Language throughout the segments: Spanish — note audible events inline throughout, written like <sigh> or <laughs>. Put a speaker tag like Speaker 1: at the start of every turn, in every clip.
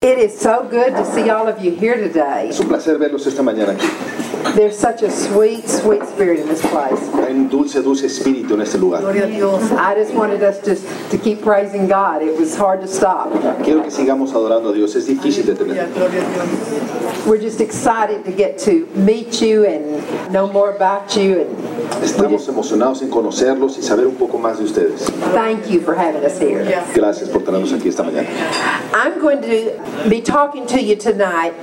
Speaker 1: It is so good to see all of you here today.
Speaker 2: Es un placer verlos esta mañana aquí.
Speaker 1: There's such a sweet, sweet spirit in this place.
Speaker 2: Hay un dulce, dulce espíritu en este lugar.
Speaker 1: Gloria a Dios. I just wanted us just to keep praising God. It was hard to stop.
Speaker 2: Quiero que sigamos adorando a Dios. Es difícil de tener.
Speaker 1: We're just excited to get to meet you and know more about you and
Speaker 2: Estamos emocionados en conocerlos y saber un poco más de ustedes.
Speaker 1: thank you for having us here.
Speaker 2: Gracias por tenernos aquí esta mañana.
Speaker 1: I'm going to be talking to you tonight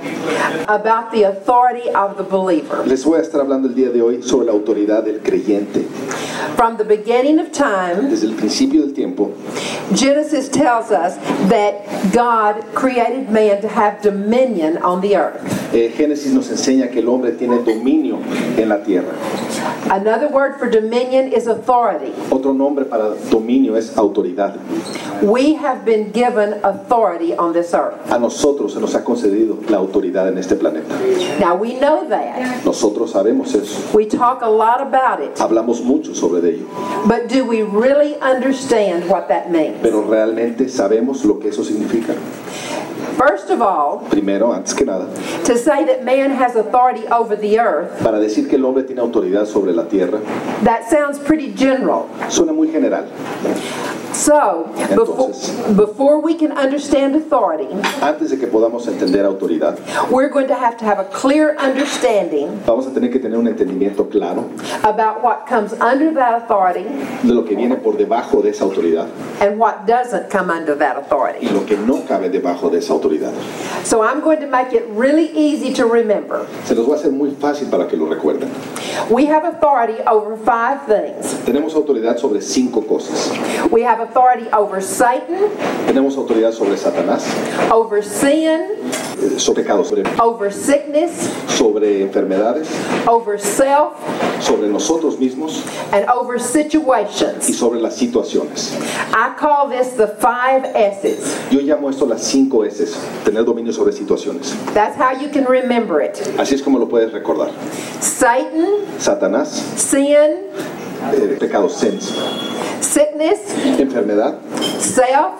Speaker 1: about the authority of the believer.
Speaker 2: Les voy a estar hablando el día de hoy sobre la autoridad del creyente.
Speaker 1: From the beginning of time,
Speaker 2: Desde el principio del tiempo,
Speaker 1: Genesis tells us that God created man to have dominion on the earth.
Speaker 2: eh, Génesis nos enseña que el hombre tiene dominio en la tierra.
Speaker 1: Another word for dominion is authority.
Speaker 2: Otro nombre para dominio es autoridad.
Speaker 1: We have been given authority on this earth.
Speaker 2: A nosotros se nos ha concedido la autoridad en este planeta.
Speaker 1: Now we know that.
Speaker 2: Nosotros sabemos eso.
Speaker 1: We talk a lot about it.
Speaker 2: Hablamos mucho sobre ello.
Speaker 1: But do we really understand what that means?
Speaker 2: Pero realmente sabemos lo que eso significa.
Speaker 1: First of all,
Speaker 2: Primero, antes que nada,
Speaker 1: to say that man has authority over the earth,
Speaker 2: para decir que el hombre tiene autoridad sobre la tierra,
Speaker 1: that sounds pretty general.
Speaker 2: suena muy general.
Speaker 1: So, before,
Speaker 2: Entonces.
Speaker 1: before we can understand authority,
Speaker 2: Antes de que podamos entender autoridad,
Speaker 1: we're going to have to have a clear understanding
Speaker 2: vamos a tener que tener un entendimiento claro
Speaker 1: about what comes under that authority
Speaker 2: de lo que viene por debajo de esa autoridad
Speaker 1: and what doesn't come under that
Speaker 2: y
Speaker 1: authority.
Speaker 2: lo que no cabe debajo de esa autoridad.
Speaker 1: So I'm going to make it really easy to remember.
Speaker 2: Se los va a hacer muy fácil para que lo recuerden.
Speaker 1: We have authority over five things.
Speaker 2: Tenemos autoridad sobre cinco cosas.
Speaker 1: We have authority over Satan,
Speaker 2: Tenemos autoridad sobre Satanás,
Speaker 1: over sin,
Speaker 2: eh, sobre pecados, sobre,
Speaker 1: over sickness,
Speaker 2: sobre enfermedades,
Speaker 1: over self,
Speaker 2: sobre nosotros mismos
Speaker 1: and over
Speaker 2: y
Speaker 1: situations.
Speaker 2: sobre las situaciones.
Speaker 1: I call this the five S's.
Speaker 2: Yo llamo esto las cinco S, tener dominio sobre situaciones.
Speaker 1: That's how you can remember it.
Speaker 2: Así es como lo puedes recordar.
Speaker 1: Satan,
Speaker 2: Satanás,
Speaker 1: sin,
Speaker 2: eh, pecados, sins,
Speaker 1: sickness,
Speaker 2: enfermedad,
Speaker 1: self,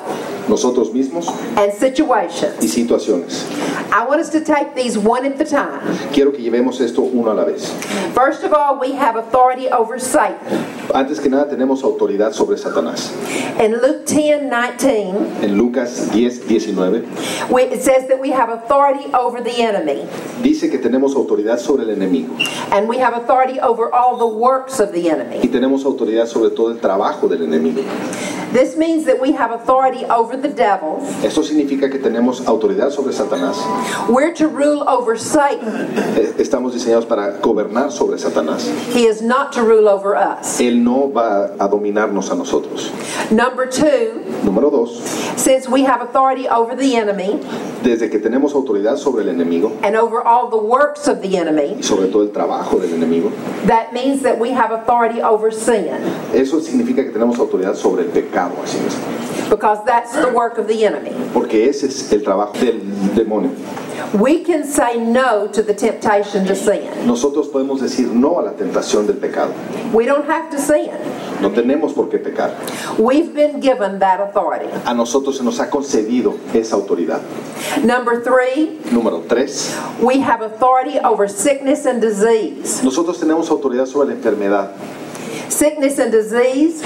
Speaker 2: nosotros mismos
Speaker 1: and situations.
Speaker 2: y situaciones.
Speaker 1: I want us to take these one at a time.
Speaker 2: Quiero que llevemos esto uno a la vez.
Speaker 1: First of all, we have authority over Satan.
Speaker 2: Antes que nada tenemos autoridad sobre Satanás.
Speaker 1: In Luke 10 19,
Speaker 2: En Lucas 10, 19
Speaker 1: we, it says that we have authority over the enemy,
Speaker 2: dice que tenemos autoridad sobre el enemigo
Speaker 1: and we have authority over all the works of the
Speaker 2: y
Speaker 1: enemy.
Speaker 2: tenemos autoridad sobre todo el trabajo del enemigo.
Speaker 1: This means that we have authority over the devil.
Speaker 2: Esto significa que tenemos autoridad sobre Satanás.
Speaker 1: We're to rule over Satan,
Speaker 2: Eh, Estamos diseñados para gobernar sobre Satanás.
Speaker 1: he is not to rule over us.
Speaker 2: Él no va a dominarnos a nosotros.
Speaker 1: Number two,
Speaker 2: Número dos,
Speaker 1: since we have authority over the enemy
Speaker 2: desde que tenemos autoridad sobre el enemigo
Speaker 1: and over all the works of the enemy,
Speaker 2: y sobre todo el trabajo del enemigo,
Speaker 1: that means that we have authority over sin.
Speaker 2: eso significa que tenemos autoridad sobre el pecado, así mismo.
Speaker 1: because that's the work of the enemy.
Speaker 2: Porque ese es el trabajo del demonio.
Speaker 1: We can say no to the temptation to sin.
Speaker 2: Nosotros podemos decir no a la tentación del pecado.
Speaker 1: We don't have to sin.
Speaker 2: No tenemos por qué pecar.
Speaker 1: We've been given that authority.
Speaker 2: A nosotros se nos ha concedido esa autoridad.
Speaker 1: Number three,
Speaker 2: Número tres,
Speaker 1: we have authority over sickness and disease.
Speaker 2: nosotros tenemos autoridad sobre la enfermedad.
Speaker 1: Sickness and disease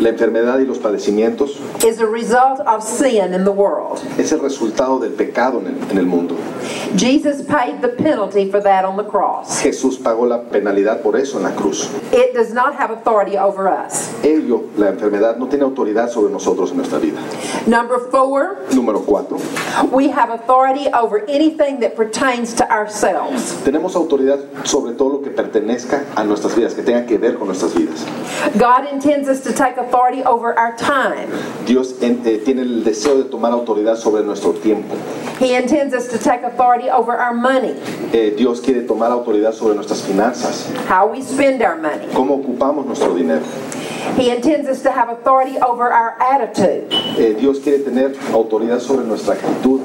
Speaker 2: La enfermedad y los padecimientos
Speaker 1: is a result of sin in the world.
Speaker 2: es el resultado del pecado en el- en el mundo.
Speaker 1: Jesus paid the penalty for that on the cross.
Speaker 2: Jesús pagó la penalidad por eso en la cruz.
Speaker 1: It does not have authority over us.
Speaker 2: Ello, la enfermedad, no tiene autoridad sobre nosotros en nuestra vida.
Speaker 1: Number four,
Speaker 2: Número cuatro,
Speaker 1: we have authority over anything that pertains to ourselves.
Speaker 2: tenemos autoridad sobre todo lo que pertenezca a nuestras vidas, que tenga que ver con nuestras vidas.
Speaker 1: God intends us to take authority over our time.
Speaker 2: Dios en- eh, tiene el deseo de tomar autoridad sobre nuestro tiempo.
Speaker 1: He intends us to take authority over our money,
Speaker 2: Eh, Dios quiere tomar autoridad sobre nuestras finanzas,
Speaker 1: how we spend our money.
Speaker 2: cómo ocupamos nuestro dinero.
Speaker 1: He intends us to have authority over our attitude.
Speaker 2: Eh, Dios quiere tener autoridad sobre nuestra actitud.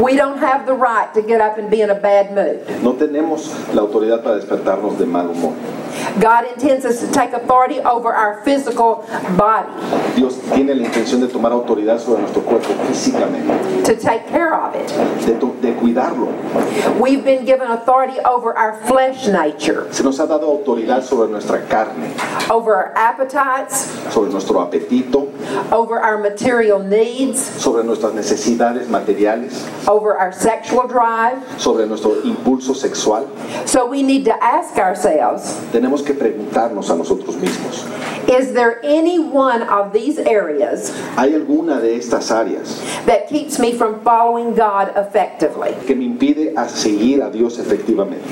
Speaker 1: We don't have the right to get up and be in a bad mood.
Speaker 2: No tenemos la autoridad para despertarnos de mal humor.
Speaker 1: God intends us to take authority over our physical body,
Speaker 2: Dios tiene la intención de tomar autoridad sobre nuestro cuerpo físicamente,
Speaker 1: to take care of it.
Speaker 2: de, to- de cuidarlo.
Speaker 1: We've been given authority over our flesh nature,
Speaker 2: Se nos ha dado autoridad sobre nuestra carne,
Speaker 1: over our appetites,
Speaker 2: sobre nuestro apetito,
Speaker 1: over our material needs,
Speaker 2: sobre nuestras necesidades materiales,
Speaker 1: over our sexual drive.
Speaker 2: sobre nuestro impulso sexual.
Speaker 1: So we need to ask ourselves
Speaker 2: Tenemos que preguntarnos a nosotros mismos,
Speaker 1: is there any one of these areas
Speaker 2: ¿hay alguna de estas áreas
Speaker 1: that keeps me from following God effectively?
Speaker 2: que me impide a seguir a Dios efectivamente?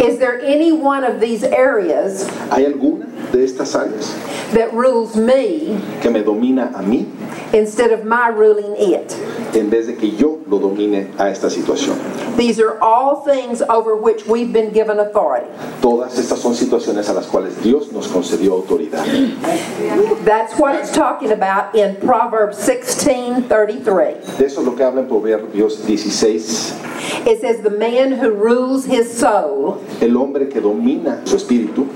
Speaker 1: Is there any one of these areas
Speaker 2: ¿Hay alguna de estas áreas
Speaker 1: that rules me
Speaker 2: que me domina a mí
Speaker 1: instead of my ruling it?
Speaker 2: en vez de que yo lo domine a esta situación?
Speaker 1: These are all things over which we've been given authority.
Speaker 2: Todas estas son situaciones a las cuales Dios nos concedió autoridad.
Speaker 1: That's what it's talking about in Proverbs 16:33.
Speaker 2: De eso es lo que habla en Proverbios 16,
Speaker 1: It says the man who rules his soul
Speaker 2: El hombre que domina su espíritu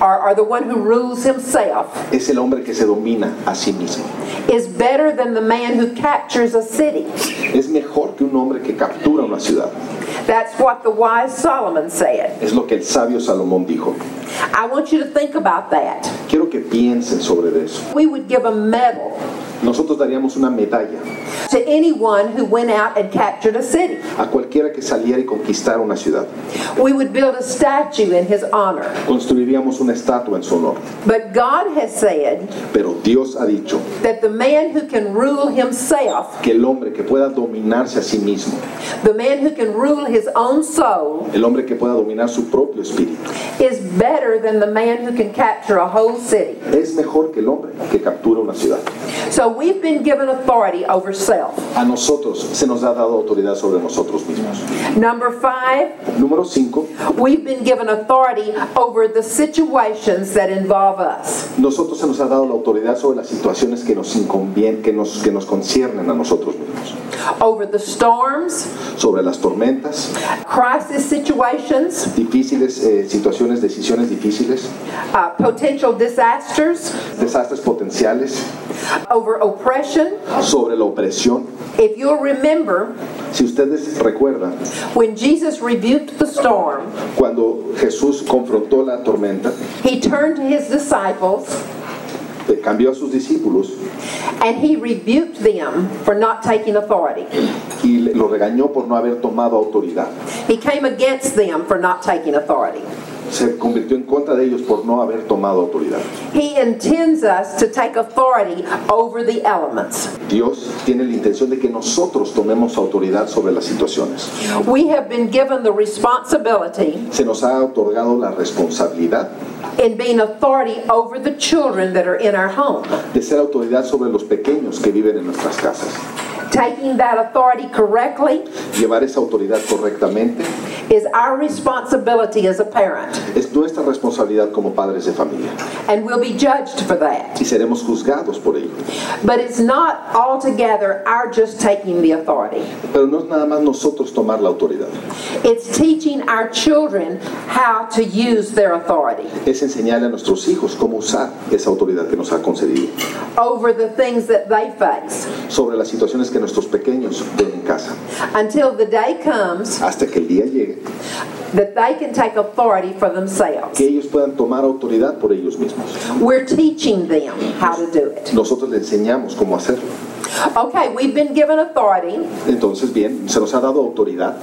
Speaker 1: or, or the one who rules himself
Speaker 2: es el hombre que se domina a sí mismo.
Speaker 1: is better than the man who captures a city.
Speaker 2: Es mejor que un hombre que captura una ciudad.
Speaker 1: That's what the wise Solomon said.
Speaker 2: Es lo que el sabio Salomón dijo.
Speaker 1: I want you to think about that.
Speaker 2: Quiero que piensen sobre eso.
Speaker 1: We would give a medal
Speaker 2: Nosotros daríamos una medalla
Speaker 1: to anyone who went out and captured a city.
Speaker 2: a cualquiera que saliera y conquistara una ciudad.
Speaker 1: We would build a statue in his honor.
Speaker 2: Construiríamos una estatua en su honor.
Speaker 1: But God has said
Speaker 2: Pero Dios ha dicho
Speaker 1: that the man who can rule himself,
Speaker 2: que el hombre que pueda dominarse a sí mismo,
Speaker 1: the man who can rule his own soul,
Speaker 2: el hombre que pueda dominar su propio espíritu,
Speaker 1: is better than the man who can capture a whole city.
Speaker 2: es mejor que el hombre que captura una ciudad.
Speaker 1: So we've been given authority over self.
Speaker 2: A nosotros se nos ha dado autoridad sobre nosotros mismos.
Speaker 1: Number five,
Speaker 2: Número 5.
Speaker 1: we've been given authority over the situations that involve us.
Speaker 2: Nosotros se nos ha dado la autoridad sobre las situaciones que nos inconvien, que nos, que nos conciernen a nosotros mismos,
Speaker 1: Over the storms,
Speaker 2: sobre las tormentas
Speaker 1: crisis situations,
Speaker 2: difíciles, eh, situaciones, decisiones difíciles,
Speaker 1: uh, potential disasters,
Speaker 2: desastres potenciales,
Speaker 1: over oppression.
Speaker 2: sobre la opresión.
Speaker 1: If you'll remember,
Speaker 2: Si ustedes recuerdan,
Speaker 1: when Jesus rebuked the storm,
Speaker 2: cuando Jesús confrontó la tormenta,
Speaker 1: he turned to his disciples
Speaker 2: eh, cambió a sus discípulos
Speaker 1: and he rebuked them for not taking authority.
Speaker 2: y le- lo regañó por no haber tomado autoridad.
Speaker 1: He came against them for not taking authority.
Speaker 2: Se convirtió en contra de ellos por no haber tomado autoridad.
Speaker 1: He intends us to take authority over the elements.
Speaker 2: Dios tiene la intención de que nosotros tomemos autoridad sobre las situaciones.
Speaker 1: We have been given the responsibility
Speaker 2: se nos ha otorgado la responsabilidad
Speaker 1: in being authority over the children that are in our home.
Speaker 2: de ser autoridad sobre los pequeños que viven en nuestras casas.
Speaker 1: Taking that authority correctly
Speaker 2: Llevar esa autoridad correctamente
Speaker 1: is our responsibility as a parent,
Speaker 2: es nuestra responsabilidad como padres de familia
Speaker 1: and we'll be judged for that.
Speaker 2: y seremos juzgados por ello.
Speaker 1: But it's not altogether our just taking the authority.
Speaker 2: Pero no es nada más nosotros tomar la autoridad,
Speaker 1: It's teaching our children how to use their authority
Speaker 2: es enseñarle a nuestros hijos cómo usar esa autoridad que nos ha concedido
Speaker 1: over the things that they face
Speaker 2: sobre las situaciones que nuestros pequeños ven en casa,
Speaker 1: until the day comes
Speaker 2: hasta que el día llegue
Speaker 1: that they can take authority for themselves.
Speaker 2: que ellos puedan tomar autoridad por ellos mismos.
Speaker 1: We're teaching them how to do it.
Speaker 2: Nosotros les enseñamos cómo hacerlo.
Speaker 1: Okay, we've been given authority
Speaker 2: Entonces, bien, se nos ha dado autoridad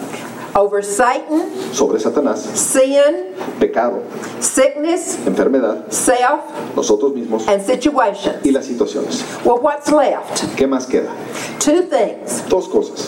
Speaker 1: over Satan,
Speaker 2: sobre Satanás,
Speaker 1: sin,
Speaker 2: pecado,
Speaker 1: sickness,
Speaker 2: enfermedad,
Speaker 1: self,
Speaker 2: nosotros mismos
Speaker 1: and
Speaker 2: y
Speaker 1: situations.
Speaker 2: las situaciones.
Speaker 1: Well, what's left?
Speaker 2: ¿Qué más queda?
Speaker 1: Two things.
Speaker 2: Dos cosas.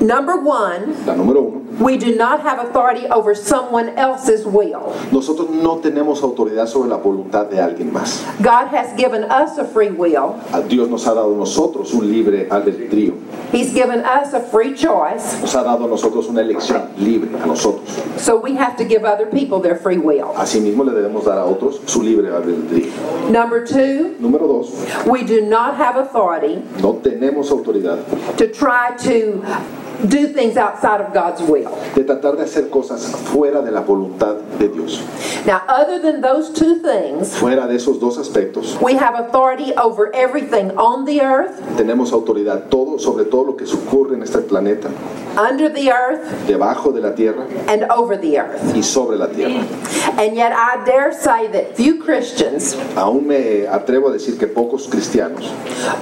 Speaker 1: Number one,
Speaker 2: La número uno,
Speaker 1: we do not have authority over someone else's will.
Speaker 2: nosotros no tenemos autoridad sobre la voluntad de alguien más.
Speaker 1: God has given us a free will.
Speaker 2: A Dios nos ha dado a nosotros un libre albedrío,
Speaker 1: He's given us a free choice,
Speaker 2: nos ha dado a nosotros una elección libre a nosotros.
Speaker 1: so we have to give other people their free will.
Speaker 2: Asimismo le debemos dar a otros su libre albedrío.
Speaker 1: Number two,
Speaker 2: Número dos,
Speaker 1: we do not have authority
Speaker 2: no tenemos autoridad
Speaker 1: to try to do things outside of God's will.
Speaker 2: de tratar de hacer cosas fuera de la voluntad de Dios.
Speaker 1: Now, other than those two things,
Speaker 2: Fuera de esos dos aspectos,
Speaker 1: we have authority over everything on the earth,
Speaker 2: tenemos autoridad todo sobre todo lo que ocurre en este planeta,
Speaker 1: under the earth,
Speaker 2: debajo de la tierra
Speaker 1: and over the earth.
Speaker 2: y sobre la tierra.
Speaker 1: And yet, I dare say that few Christians
Speaker 2: Aún me atrevo a decir que pocos cristianos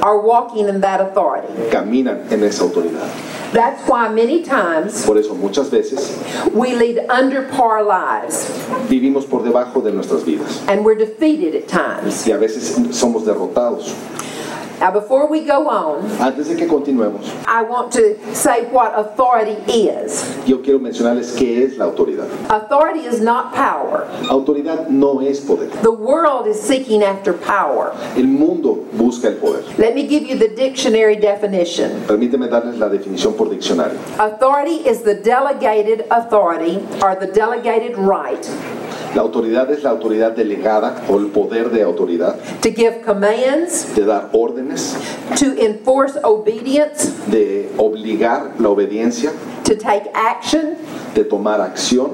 Speaker 1: are walking in that authority.
Speaker 2: caminan en esa autoridad.
Speaker 1: That's why many times
Speaker 2: Por eso muchas veces
Speaker 1: we lead under par lives
Speaker 2: vivimos por debajo de nuestras vidas
Speaker 1: and we're defeated at times.
Speaker 2: y a veces somos derrotados.
Speaker 1: Now, before we go on,
Speaker 2: Antes de que continuemos,
Speaker 1: I want to say what authority is.
Speaker 2: yo quiero mencionarles qué es la autoridad.
Speaker 1: Authority is not power.
Speaker 2: Autoridad no es poder.
Speaker 1: The world is seeking after power.
Speaker 2: El mundo busca el poder.
Speaker 1: Let me give you the dictionary definition.
Speaker 2: Permíteme darles la definición por diccionario.
Speaker 1: Authority is the delegated authority or the delegated right
Speaker 2: La autoridad es la autoridad delegada o el poder de autoridad
Speaker 1: to give commands,
Speaker 2: de dar órdenes,
Speaker 1: to enforce obedience,
Speaker 2: de obligar la obediencia,
Speaker 1: to take action
Speaker 2: de tomar acción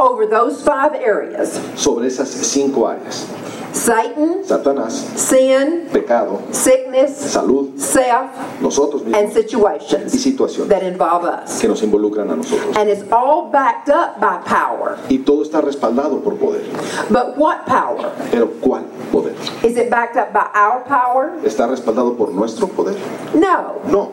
Speaker 1: over those five areas
Speaker 2: sobre esas cinco áreas.
Speaker 1: Satan,
Speaker 2: Satanás,
Speaker 1: sin,
Speaker 2: pecado,
Speaker 1: sickness,
Speaker 2: salud,
Speaker 1: self,
Speaker 2: nosotros
Speaker 1: and
Speaker 2: mismos y
Speaker 1: situations
Speaker 2: situaciones
Speaker 1: that involve us.
Speaker 2: que nos involucran a nosotros.
Speaker 1: And it's all backed up by power.
Speaker 2: Y todo está respaldado por poder.
Speaker 1: But what power?
Speaker 2: Pero ¿cuál poder?
Speaker 1: Is it backed up by our power?
Speaker 2: ¿Está respaldado por nuestro poder?
Speaker 1: No.
Speaker 2: No.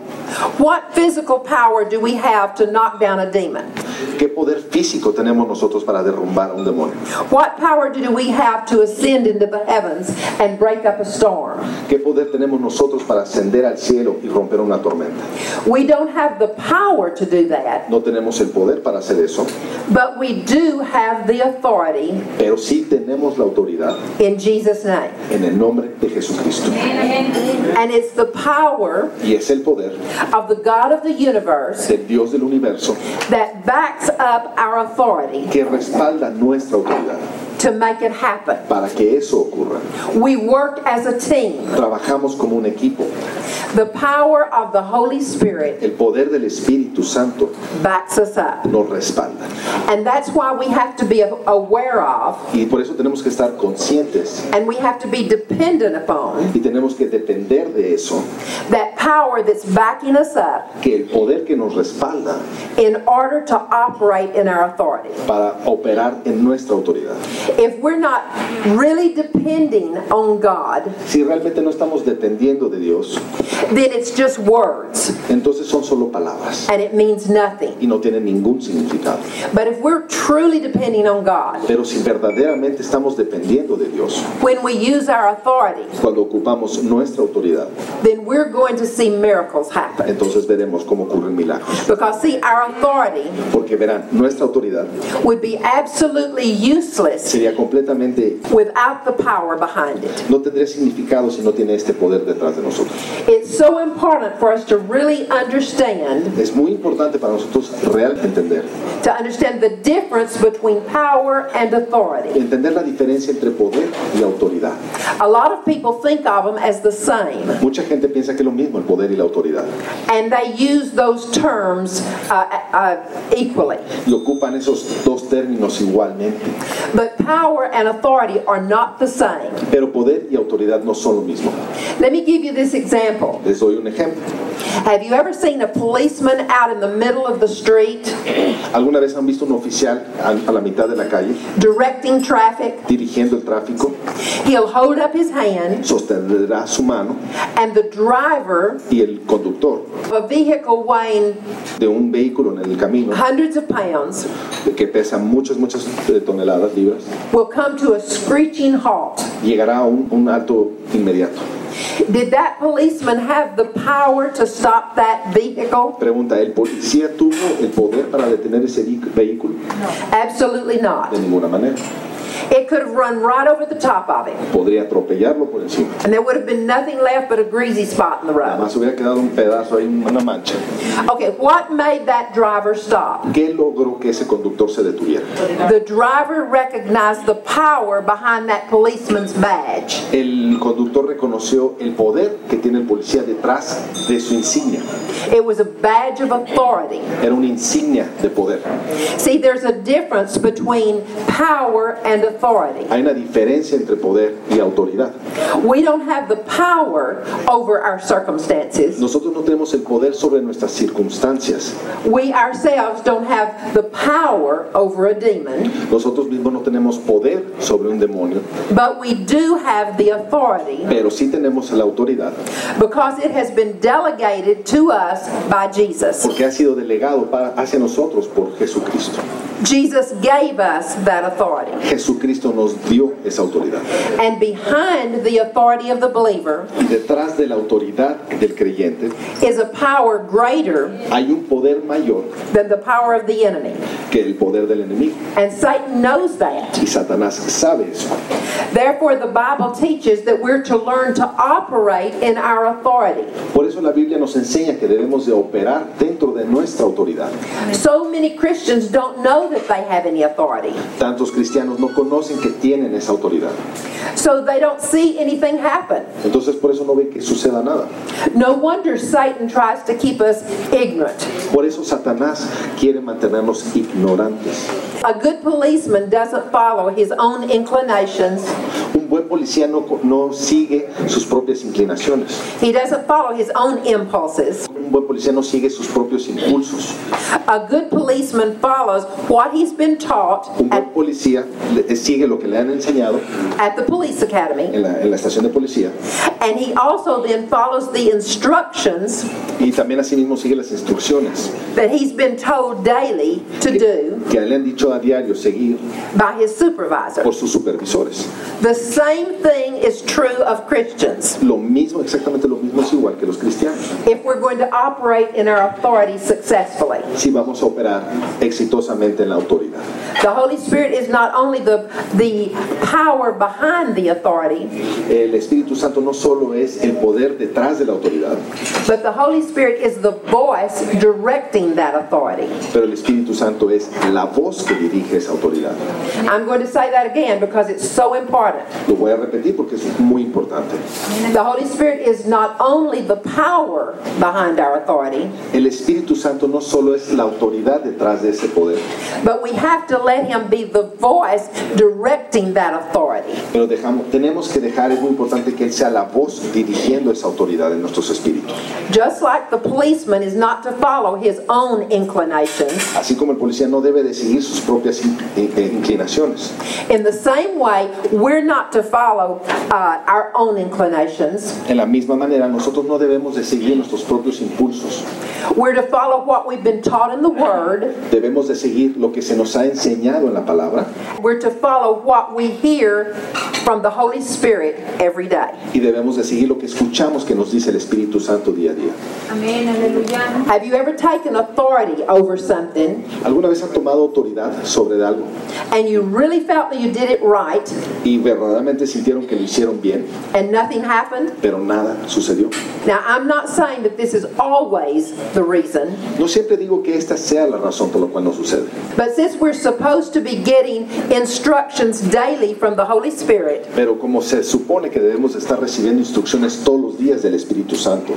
Speaker 1: What physical power do we have to knock down a demon?
Speaker 2: ¿Qué poder físico tenemos nosotros para derrumbar a un demonio?
Speaker 1: What power do we have to ascend into the heavens and break up a storm?
Speaker 2: ¿Qué poder tenemos nosotros para ascender al cielo y romper una tormenta?
Speaker 1: We don't have the power to do that,
Speaker 2: No tenemos el poder para hacer eso,
Speaker 1: but we do have the authority
Speaker 2: pero sí tenemos la autoridad
Speaker 1: in Jesus' name.
Speaker 2: en el nombre de Jesucristo.
Speaker 1: And it's the power
Speaker 2: Y es el poder
Speaker 1: of the God of the universe
Speaker 2: del Dios del universo
Speaker 1: that backs up our authority
Speaker 2: que respalda nuestra autoridad
Speaker 1: to make it happen.
Speaker 2: para que eso ocurra.
Speaker 1: We work as a team.
Speaker 2: Trabajamos como un equipo.
Speaker 1: The power of the Holy Spirit
Speaker 2: El poder del Espíritu Santo
Speaker 1: backs us up.
Speaker 2: nos respalda.
Speaker 1: And that's why we have to be aware of
Speaker 2: Y por eso tenemos que estar conscientes
Speaker 1: and we have to be dependent upon
Speaker 2: y tenemos que depender de eso,
Speaker 1: that power that's backing us up
Speaker 2: que el poder que nos respalda
Speaker 1: in order to operate in our authority.
Speaker 2: para operar en nuestra autoridad.
Speaker 1: If we're not really depending on God,
Speaker 2: Si realmente no estamos dependiendo de Dios,
Speaker 1: then it's just words
Speaker 2: entonces son solo palabras
Speaker 1: and it means nothing.
Speaker 2: y no tienen ningún significado.
Speaker 1: But if we're truly depending on God,
Speaker 2: Pero si verdaderamente estamos dependiendo de Dios,
Speaker 1: when we use our authority,
Speaker 2: cuando ocupamos nuestra autoridad,
Speaker 1: then we're going to see miracles happen.
Speaker 2: entonces veremos cómo ocurren milagros.
Speaker 1: Because, see, our authority
Speaker 2: Porque verán, nuestra autoridad
Speaker 1: would be absolutely useless
Speaker 2: sería completamente...
Speaker 1: without the power behind it.
Speaker 2: No tendría significado si no tiene este poder detrás de nosotros.
Speaker 1: It's so important for us to really understand,
Speaker 2: Es muy importante para nosotros realmente entender.
Speaker 1: to understand the difference between power and authority.
Speaker 2: Entender la diferencia entre poder y autoridad.
Speaker 1: A lot of people think of them as the same,
Speaker 2: Mucha gente piensa que es lo mismo el poder y la autoridad.
Speaker 1: and they use those terms uh, uh, equally.
Speaker 2: Y ocupan esos dos términos igualmente.
Speaker 1: But power and authority are not the same.
Speaker 2: Pero poder y autoridad no son lo mismo.
Speaker 1: Let me give you this example.
Speaker 2: Les doy un ejemplo.
Speaker 1: Have you ever seen a policeman out in the middle of the street
Speaker 2: ¿Alguna vez han visto un oficial a a la mitad de la calle
Speaker 1: directing traffic?
Speaker 2: dirigiendo el tráfico?
Speaker 1: He'll hold up his hand,
Speaker 2: Sostendrá su mano
Speaker 1: and the driver
Speaker 2: y el conductor
Speaker 1: of a vehicle weighing
Speaker 2: de un vehículo en el camino
Speaker 1: hundreds of pounds
Speaker 2: que pesa muchas, muchas eh, toneladas, libras,
Speaker 1: will come to a screeching halt.
Speaker 2: llegará a un, un alto inmediato.
Speaker 1: Did that policeman have the power to stop that vehicle?
Speaker 2: Pregunta, ¿el policía tuvo el poder para detener ese vi- vehículo?
Speaker 1: Absolutely
Speaker 2: De
Speaker 1: not.
Speaker 2: ninguna manera.
Speaker 1: It could have run right over the top of him,
Speaker 2: Podría atropellarlo por encima.
Speaker 1: and there would have been nothing left but a greasy spot in the
Speaker 2: Nada
Speaker 1: road.
Speaker 2: más hubiera quedado un pedazo ahí, una mancha.
Speaker 1: Okay, what made that driver stop?
Speaker 2: ¿Qué logró que ese conductor se detuviera?
Speaker 1: The driver recognized the power behind that policeman's badge.
Speaker 2: El conductor reconoció el poder que tiene el policía detrás de su insignia.
Speaker 1: It was a badge of authority.
Speaker 2: Era una insignia de poder.
Speaker 1: See, there's a difference between power and authority.
Speaker 2: Hay una diferencia entre poder y autoridad.
Speaker 1: We don't have the power over our circumstances.
Speaker 2: Nosotros no tenemos el poder sobre nuestras circunstancias.
Speaker 1: We ourselves don't have the power over a demon,
Speaker 2: Nosotros mismos no tenemos poder sobre un demonio,
Speaker 1: but we do have the authority
Speaker 2: pero sí tenemos la autoridad
Speaker 1: because it has been delegated to us by Jesus.
Speaker 2: porque ha sido delegado para- hacia nosotros por Jesucristo.
Speaker 1: Jesus gave us that authority.
Speaker 2: Jesucristo nos dio esa autoridad.
Speaker 1: And behind the authority of the believer
Speaker 2: Y detrás de la autoridad del creyente
Speaker 1: is a power greater
Speaker 2: hay un poder mayor
Speaker 1: than the power of the enemy.
Speaker 2: que el poder del enemigo.
Speaker 1: And Satan knows that.
Speaker 2: Y Satanás sabe eso.
Speaker 1: Therefore, the Bible teaches that we're to learn to operate in our authority.
Speaker 2: Por eso la Biblia nos enseña que debemos de operar dentro de nuestra autoridad.
Speaker 1: So many Christians don't know that they have any authority.
Speaker 2: Tantos cristianos no conocen que tienen esa autoridad.
Speaker 1: So they don't see anything happen.
Speaker 2: Entonces por eso no ven que suceda nada.
Speaker 1: No wonder Satan tries to keep us ignorant.
Speaker 2: Por eso Satanás quiere mantenernos ignorantes.
Speaker 1: A good policeman doesn't follow his own inclinations.
Speaker 2: Un buen policía no, no sigue sus propias inclinaciones.
Speaker 1: He doesn't follow his own impulses.
Speaker 2: Un buen policía no sigue sus propios impulsos.
Speaker 1: A good policeman follows what he's been taught
Speaker 2: Un buen
Speaker 1: at,
Speaker 2: policía le- eh, sigue lo que le han enseñado
Speaker 1: at the police academy,
Speaker 2: en la, en la estación de policía
Speaker 1: and he also then follows the instructions
Speaker 2: y también asimismo sigue las instrucciones
Speaker 1: that he's been told daily to
Speaker 2: que,
Speaker 1: do
Speaker 2: que le han dicho a diario seguir
Speaker 1: by his supervisor.
Speaker 2: por sus supervisores.
Speaker 1: The same thing is true of Christians
Speaker 2: Lo mismo, exactamente lo mismo es igual que los cristianos.
Speaker 1: if we're going to operate in our authority successfully.
Speaker 2: Si vamos a operar exitosamente en la autoridad.
Speaker 1: The Holy Spirit is not only the, the power behind the authority,
Speaker 2: El Espíritu Santo no solo es el poder detrás de la autoridad,
Speaker 1: but the Holy Spirit is the voice directing that authority.
Speaker 2: pero el Espíritu Santo es la voz que dirige esa autoridad.
Speaker 1: I'm going to say that again because it's so important.
Speaker 2: Lo voy a repetir porque es muy importante.
Speaker 1: The Holy Spirit is not only the power behind our authority,
Speaker 2: El Espíritu Santo no solo es la autoridad detrás de ese poder,
Speaker 1: but we have to let Him be the voice directing that authority.
Speaker 2: pero dejamos, tenemos que dejar, es muy importante que Él sea la voz dirigiendo esa autoridad en nuestros espíritus.
Speaker 1: Just like the policeman is not to follow his own inclinations,
Speaker 2: Así como el policía no debe de seguir sus propias in- in- eh, inclinaciones.
Speaker 1: in the same way, we're not to follow uh, our own inclinations.
Speaker 2: En la misma manera, nosotros no debemos de seguir nuestros propios impulsos.
Speaker 1: We're to follow what we've been taught in the Word.
Speaker 2: Debemos de seguir lo que se nos ha enseñado en la palabra
Speaker 1: We're to follow what we hear from the Holy Spirit every day.
Speaker 2: y debemos de seguir lo que escuchamos que nos dice el Espíritu Santo día a día.
Speaker 3: Amén, aleluya.
Speaker 1: Have you ever taken authority over something
Speaker 2: ¿Alguna vez han tomado autoridad sobre algo
Speaker 1: and you really felt that you did it right
Speaker 2: y verdaderamente sintieron que lo hicieron bien,
Speaker 1: and nothing happened?
Speaker 2: pero nada sucedió?
Speaker 1: Now, I'm not saying that this is always the reason.
Speaker 2: No siempre digo que esta sea la razón por la cual no sucede,
Speaker 1: But since we're supposed to be getting instructions daily from the Holy Spirit,
Speaker 2: pero como se supone que debemos de estar recibiendo instrucciones todos los días del Espíritu Santo,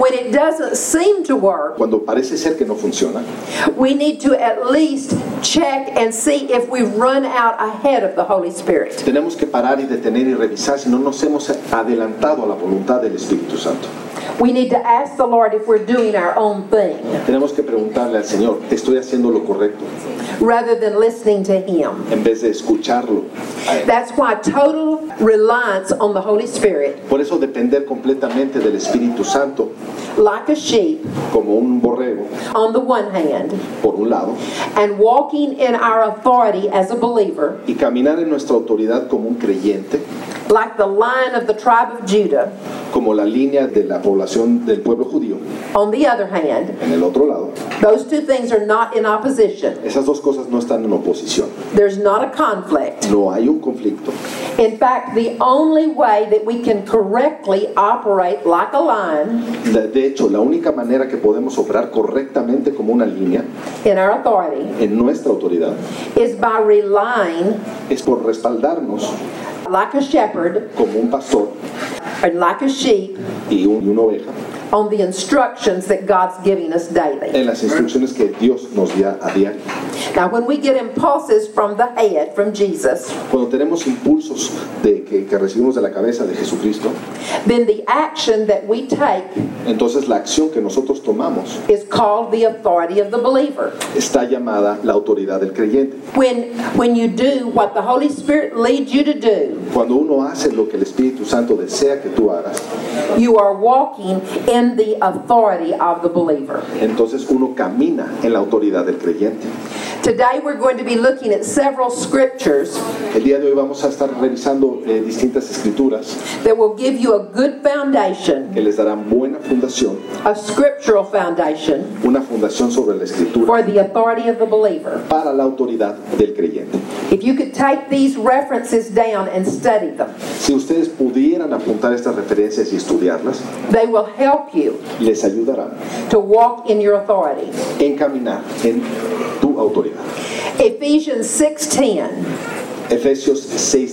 Speaker 1: when it doesn't seem to work,
Speaker 2: cuando parece ser que no funciona,
Speaker 1: we need to at least check and see if we've run out ahead of the Holy Spirit.
Speaker 2: tenemos que parar y detener y revisar si no nos hemos adelantado a la voluntad del Espíritu Santo.
Speaker 1: We need to ask the Lord if we're doing our own thing
Speaker 2: Tenemos que preguntarle al Señor, ¿estoy haciendo lo correcto?
Speaker 1: rather than listening to Him.
Speaker 2: En vez de escucharlo. a Él.
Speaker 1: That's why total reliance on the Holy Spirit,
Speaker 2: Por eso depender completamente del Espíritu Santo
Speaker 1: like a sheep,
Speaker 2: como un borrego,
Speaker 1: on the one hand,
Speaker 2: por un lado,
Speaker 1: and walking in our authority as a believer,
Speaker 2: y caminar en nuestra autoridad como un creyente,
Speaker 1: like the lion of the tribe of Judah.
Speaker 2: como la línea de la población población del pueblo judío,
Speaker 1: On the other hand,
Speaker 2: en el otro lado,
Speaker 1: those two things are not in opposition.
Speaker 2: esas dos cosas no están en oposición.
Speaker 1: There's not a conflict.
Speaker 2: No hay un conflicto.
Speaker 1: In fact, the only way that we can correctly operate like a line
Speaker 2: La- De hecho, la única manera que podemos operar correctamente como una línea
Speaker 1: in our authority
Speaker 2: en nuestra autoridad
Speaker 1: is by relying
Speaker 2: es por respaldarnos
Speaker 1: like a shepherd
Speaker 2: como un pastor
Speaker 1: and like a sheep
Speaker 2: y, un- y una oveja
Speaker 1: on the instructions that God's giving us daily.
Speaker 2: en las instrucciones que Dios nos da a diario.
Speaker 1: Now, when we get impulses from the head, from Jesus,
Speaker 2: Cuando tenemos impulsos de, que, que recibimos de la cabeza de Jesucristo,
Speaker 1: then the action that we take
Speaker 2: entonces la acción que nosotros tomamos
Speaker 1: is called the authority of the believer.
Speaker 2: está llamada la autoridad del creyente.
Speaker 1: When, when you do what the Holy Spirit leads you to do,
Speaker 2: Cuando uno hace lo que el Espíritu Santo desea que tú hagas,
Speaker 1: you are walking in the authority of the believer.
Speaker 2: entonces uno camina en la autoridad del creyente.
Speaker 1: Today we're going to be looking at several scriptures
Speaker 2: El día de hoy vamos a estar revisando eh, distintas escrituras
Speaker 1: that will give you a good foundation,
Speaker 2: que les darán buena fundación,
Speaker 1: a scriptural foundation
Speaker 2: una fundación sobre la escritura
Speaker 1: for the authority of the believer.
Speaker 2: para la autoridad del creyente.
Speaker 1: If you could take these references down and study them,
Speaker 2: Si ustedes pudieran apuntar estas referencias y estudiarlas,
Speaker 1: they will help you
Speaker 2: les ayudará
Speaker 1: to walk in your authority.
Speaker 2: en caminar en tu autoridad.
Speaker 1: Ephesians 6:10
Speaker 2: Efesios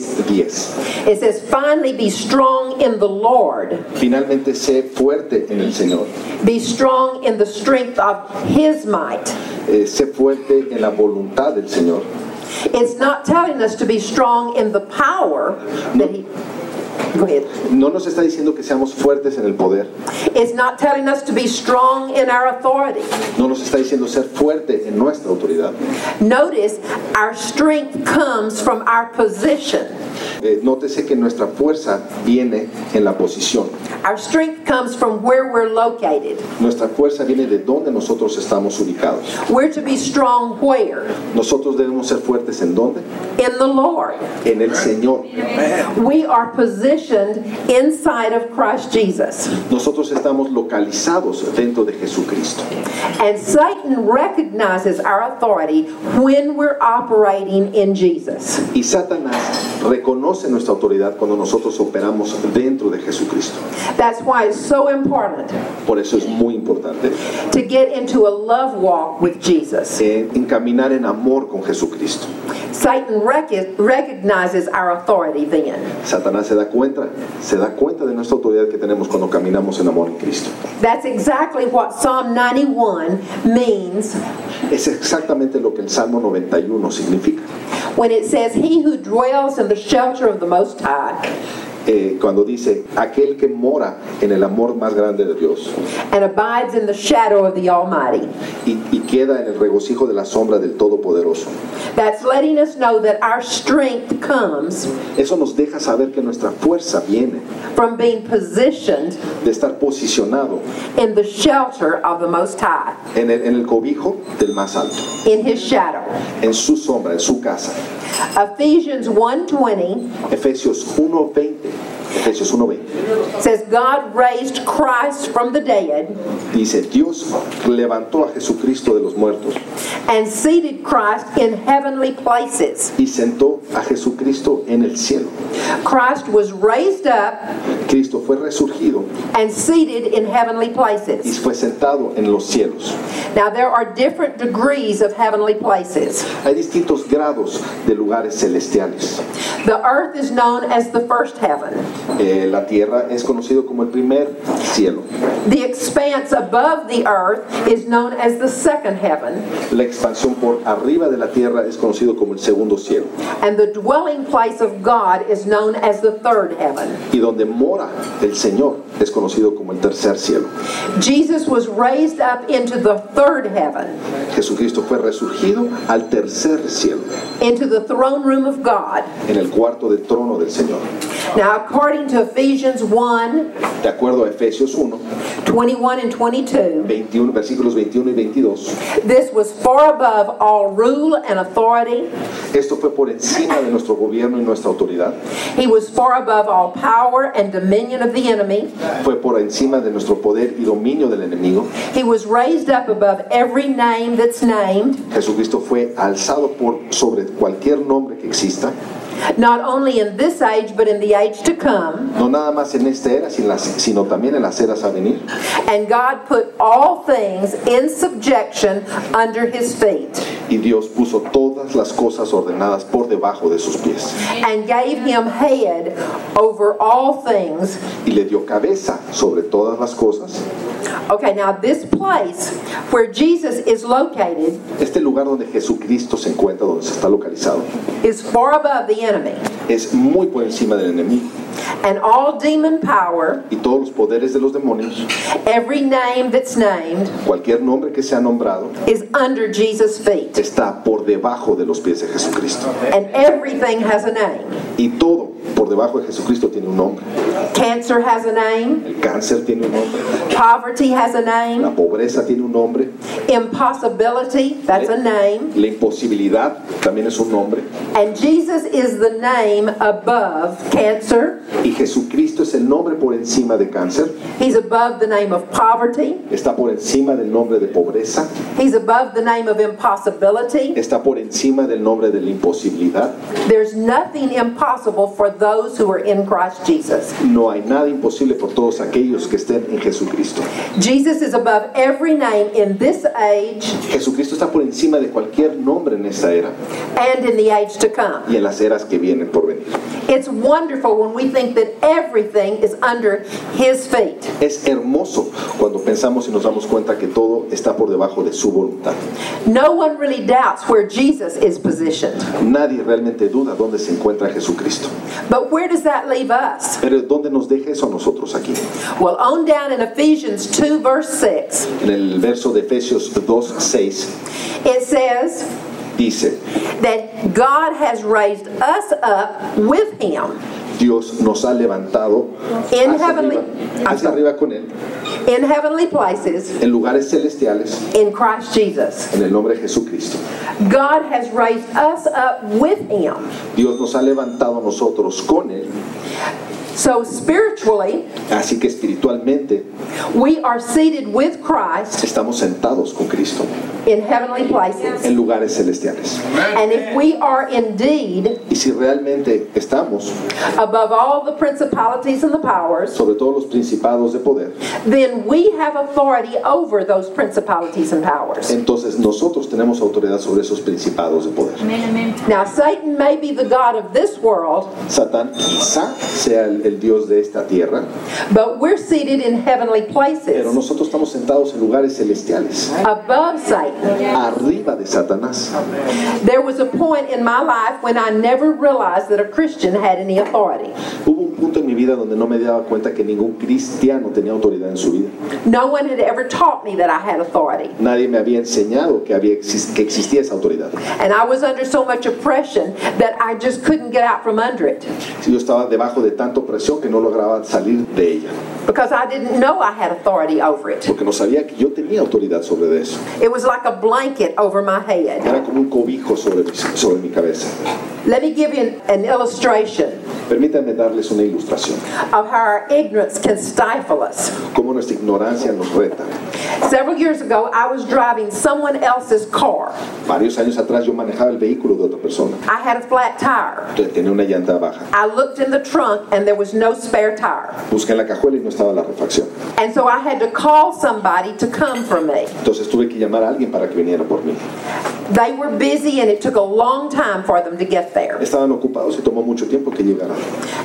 Speaker 2: 6:10.
Speaker 1: It says, finally be strong in the Lord.
Speaker 2: Finalmente, sé fuerte en el Señor.
Speaker 1: Be strong in the strength of His might.
Speaker 2: Eh, sé fuerte en la voluntad del Señor.
Speaker 1: It's not telling us to be strong in the power that He. Go ahead.
Speaker 2: No nos está diciendo que seamos fuertes en el poder.
Speaker 1: It's not telling us to be strong in our authority.
Speaker 2: No nos está diciendo ser fuerte en nuestra autoridad.
Speaker 1: Notice our strength comes from our position.
Speaker 2: Eh, nótese que nuestra fuerza viene en la posición.
Speaker 1: Our strength comes from where we're located.
Speaker 2: Nuestra fuerza viene de donde nosotros estamos ubicados.
Speaker 1: We're to be strong where?
Speaker 2: Nosotros debemos ser fuertes en dónde?
Speaker 1: In the Lord.
Speaker 2: En el Señor.
Speaker 1: We are positioned inside of Christ Jesus.
Speaker 2: Nosotros estamos localizados dentro de Jesucristo.
Speaker 1: And Satan recognizes our authority when we're operating in Jesus.
Speaker 2: Y Satanás reconoce nuestra autoridad cuando nosotros operamos dentro de Jesucristo.
Speaker 1: That's why it's so important
Speaker 2: Por eso es muy importante
Speaker 1: to get into a love walk with Jesus.
Speaker 2: eh, encaminar en amor con Jesucristo.
Speaker 1: Satan rec- recognizes our authority then.
Speaker 2: Satanás se da cuenta, se da cuenta de nuestra autoridad que tenemos cuando caminamos en amor en Cristo.
Speaker 1: That's exactly what Psalm 91 means
Speaker 2: Es exactamente lo que el Salmo 91 significa.
Speaker 1: when it says, He who dwells in the shelter of the Most High
Speaker 2: Eh, cuando dice, aquel que mora en el amor más grande de Dios
Speaker 1: and abides in the shadow of the Almighty.
Speaker 2: y, y queda en el regocijo de la sombra del Todopoderoso.
Speaker 1: That's letting us know that our strength comes
Speaker 2: Eso nos deja saber que nuestra fuerza viene
Speaker 1: from being positioned
Speaker 2: de estar posicionado
Speaker 1: in the shelter of the Most High,
Speaker 2: en el, en el cobijo del más alto,
Speaker 1: in His shadow.
Speaker 2: en su sombra, en su casa.
Speaker 1: Ephesians 1:20
Speaker 2: Efesios 1.20, Efesios 1.20,
Speaker 1: says, "God raised Christ from the dead
Speaker 2: dice, Dios levantó a Jesucristo de los muertos
Speaker 1: and seated Christ in heavenly places."
Speaker 2: y sentó a Jesucristo en el cielo.
Speaker 1: Christ was raised up
Speaker 2: Cristo fue resurgido
Speaker 1: and seated in heavenly
Speaker 2: y
Speaker 1: places.
Speaker 2: fue sentado en los cielos.
Speaker 1: Now there are different degrees of heavenly places.
Speaker 2: Hay distintos grados de lugares celestiales.
Speaker 1: The earth is known as the first heaven.
Speaker 2: Eh, la tierra es conocido como el primer cielo.
Speaker 1: The expanse above the earth is known as the second heaven.
Speaker 2: La expansión por arriba de la tierra es conocido como el segundo cielo.
Speaker 1: And the dwelling place of God is known as the third heaven.
Speaker 2: Y donde mora el Señor es conocido como el tercer cielo.
Speaker 1: Jesus was raised up into the third heaven,
Speaker 2: Jesucristo fue resurgido al tercer cielo,
Speaker 1: into the throne room of God,
Speaker 2: en el cuarto del trono del Señor.
Speaker 1: Now, according to Ephesians 1
Speaker 2: De acuerdo a Efesios 1,
Speaker 1: 21 and 22,
Speaker 2: 21, versículos 21 y 22,
Speaker 1: this was far above all rule and authority.
Speaker 2: esto fue por encima de nuestro gobierno y nuestra autoridad,
Speaker 1: He was far above all power and dominion of the enemy.
Speaker 2: fue por encima de nuestro poder y dominio del enemigo.
Speaker 1: He was raised up above every name that's named,
Speaker 2: Jesucristo fue alzado por sobre cualquier nombre que exista,
Speaker 1: not only in this age, but in the age to come.
Speaker 2: no nada más en esta era, sin las- sino también en las eras a venir.
Speaker 1: And God put all things in subjection under his feet
Speaker 2: Y Dios puso todas las cosas ordenadas por debajo de sus pies
Speaker 1: and gave him head over all things.
Speaker 2: y le dio cabeza sobre todas las cosas.
Speaker 1: Okay, now this place where Jesus is located
Speaker 2: Este lugar donde Jesucristo se encuentra, donde se está localizado,
Speaker 1: is far above the enemy.
Speaker 2: es muy por encima del enemigo
Speaker 1: And all demon power,
Speaker 2: y todos los poderes de los demonios,
Speaker 1: every name that's named,
Speaker 2: cualquier nombre que sea nombrado,
Speaker 1: is under Jesus' feet.
Speaker 2: está por debajo de los pies de Jesucristo.
Speaker 1: And everything has a name.
Speaker 2: Y todo por debajo de Jesucristo tiene un nombre.
Speaker 1: Cancer has a name.
Speaker 2: El cáncer tiene un nombre,
Speaker 1: Poverty has a
Speaker 2: la
Speaker 1: name.
Speaker 2: pobreza tiene un nombre,
Speaker 1: Impossibility, that's a name.
Speaker 2: la imposibilidad también es un nombre.
Speaker 1: And Jesus is the name above cancer.
Speaker 2: Y Jesucristo es el nombre por encima de cáncer,
Speaker 1: He's above the name of poverty.
Speaker 2: está por encima del nombre de pobreza,
Speaker 1: He's above the name of impossibility.
Speaker 2: está por encima del nombre de la imposibilidad.
Speaker 1: There's nothing impossible for those who are in Christ Jesus.
Speaker 2: No hay nada imposible por todos aquellos que estén en Jesucristo.
Speaker 1: Jesus is above every name in this age
Speaker 2: Jesucristo está por encima de cualquier nombre en esta era
Speaker 1: and in the age to come.
Speaker 2: y en las eras que vienen por venir.
Speaker 1: It's wonderful when we think that everything is under his feet.
Speaker 2: Es hermoso cuando pensamos y nos damos cuenta que todo está por debajo de su voluntad.
Speaker 1: No one really doubts where Jesus is positioned.
Speaker 2: Nadie realmente duda dónde se encuentra Jesucristo.
Speaker 1: But where does that leave us?
Speaker 2: Pero ¿dónde nos deja eso a nosotros aquí?
Speaker 1: Well, on down in Ephesians 2, verse 6,
Speaker 2: En el verso de Efesios 2, 6
Speaker 1: it says
Speaker 2: dice,
Speaker 1: that God has raised us up with him
Speaker 2: Dios nos ha levantado
Speaker 1: In
Speaker 2: hacia,
Speaker 1: heavenly-
Speaker 2: arriba, hacia arriba con Él,
Speaker 1: in heavenly places
Speaker 2: en lugares celestiales,
Speaker 1: in Christ Jesus.
Speaker 2: en el nombre de Jesucristo.
Speaker 1: God has raised us up with him.
Speaker 2: Dios nos ha levantado a nosotros con Él,
Speaker 1: So spiritually,
Speaker 2: así que espiritualmente
Speaker 1: we are seated with Christ
Speaker 2: estamos sentados con Cristo,
Speaker 1: in heavenly places.
Speaker 2: en lugares celestiales.
Speaker 1: And if we are indeed
Speaker 2: Y si realmente estamos
Speaker 1: above all the principalities and the powers,
Speaker 2: sobre todos los principados de poder,
Speaker 1: then we have authority over those principalities and powers.
Speaker 2: entonces nosotros tenemos autoridad sobre esos principados de poder.
Speaker 3: Amén, amén.
Speaker 1: Now, Satan may be the God of this world,
Speaker 2: Satán quizá sea el, el Dios de esta tierra,
Speaker 1: but we're seated in heavenly
Speaker 2: pero
Speaker 1: places
Speaker 2: nosotros estamos sentados en lugares celestiales,
Speaker 1: above Satan.
Speaker 2: arriba de Satanás.
Speaker 1: There was a point in my life when I never realized that a Christian had any authority.
Speaker 2: Hubo un punto en mi vida donde no me daba cuenta que ningún cristiano tenía autoridad en su vida.
Speaker 1: No one had ever taught me that I had authority.
Speaker 2: Nadie me había enseñado que, había exis- que existía esa autoridad.
Speaker 1: And I was under so much oppression that I just couldn't get out from under it
Speaker 2: Yo estaba debajo de tanta presión que no lograba salir de ella,
Speaker 1: because I didn't know I had authority over it.
Speaker 2: porque no sabía que yo tenía autoridad sobre eso.
Speaker 1: It was like a blanket over my head.
Speaker 2: Era como un cobijo sobre mi, sobre mi cabeza.
Speaker 1: Let me give you an, an illustration
Speaker 2: Permítanme darles una ilustración,
Speaker 1: of how our ignorance can stifle us.
Speaker 2: cómo nuestra ignorancia nos reta.
Speaker 1: Several years ago, I was driving someone else's car.
Speaker 2: Varios años atrás yo manejaba el vehículo de otra persona,
Speaker 1: I had a flat tire.
Speaker 2: tenía una llanta baja.
Speaker 1: I looked in the trunk and there was no spare tire.
Speaker 2: Busqué en la cajuela y no estaba la refacción.
Speaker 1: And so I had to call somebody to come for me.
Speaker 2: Entonces tuve que llamar a alguien para que viniera por mí.
Speaker 1: They were busy and it took a long time for them to get there.
Speaker 2: Estaban ocupados y tomó mucho tiempo que llegara.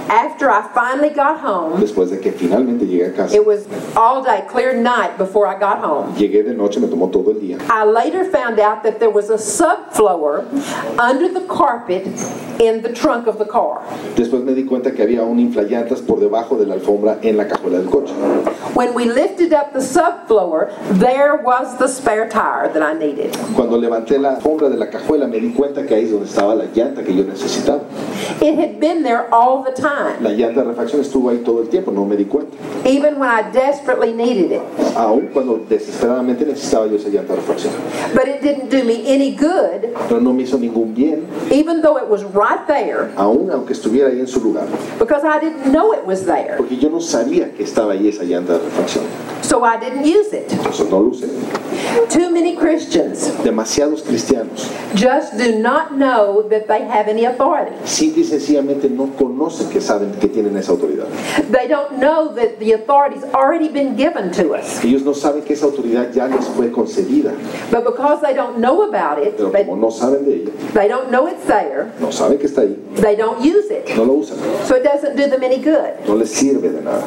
Speaker 1: After I finally got home,
Speaker 2: Después de que finalmente llegué a casa,
Speaker 1: it was all day, clear night before I got home.
Speaker 2: llegué de noche, me tomó todo el día.
Speaker 1: I later found out that there was a subfloor under the carpet in the trunk of the car.
Speaker 2: Después me di cuenta que había un inflayantas por debajo de la alfombra en la cajuela del coche.
Speaker 1: When we lifted up the subfloor, there was the spare tire that I needed.
Speaker 2: Cuando levanté la alfombra de la cajuela me di cuenta que ahí es donde estaba la llanta que yo necesitaba.
Speaker 1: It had been there all the time,
Speaker 2: La llanta de refacción estuvo ahí todo el tiempo, no me di cuenta.
Speaker 1: even when I desperately needed it.
Speaker 2: Aún cuando desesperadamente necesitaba yo esa llanta de refacción.
Speaker 1: But it didn't do me any good,
Speaker 2: Pero no me hizo ningún bien,
Speaker 1: even though it was right there,
Speaker 2: aún aunque estuviera ahí en su lugar.
Speaker 1: because I didn't know it was there.
Speaker 2: Porque yo no sabía que estaba ahí esa llanta de refacción.
Speaker 1: So I didn't use it.
Speaker 2: Entonces no lo usé.
Speaker 1: Too many Christians
Speaker 2: Demasiados cristianos
Speaker 1: just do not know that they have any authority.
Speaker 2: simple y sencillamente no conocen que saben que tienen esa autoridad.
Speaker 1: They don't know that the authority's already been given to us.
Speaker 2: Ellos no saben que esa autoridad ya les fue concedida.
Speaker 1: But because they don't know about it,
Speaker 2: Pero
Speaker 1: they,
Speaker 2: como no saben de ella,
Speaker 1: they don't know it's there,
Speaker 2: no saben que está ahí,
Speaker 1: they don't use it.
Speaker 2: no lo usan.
Speaker 1: So it doesn't do them any good.
Speaker 2: No les sirve de nada.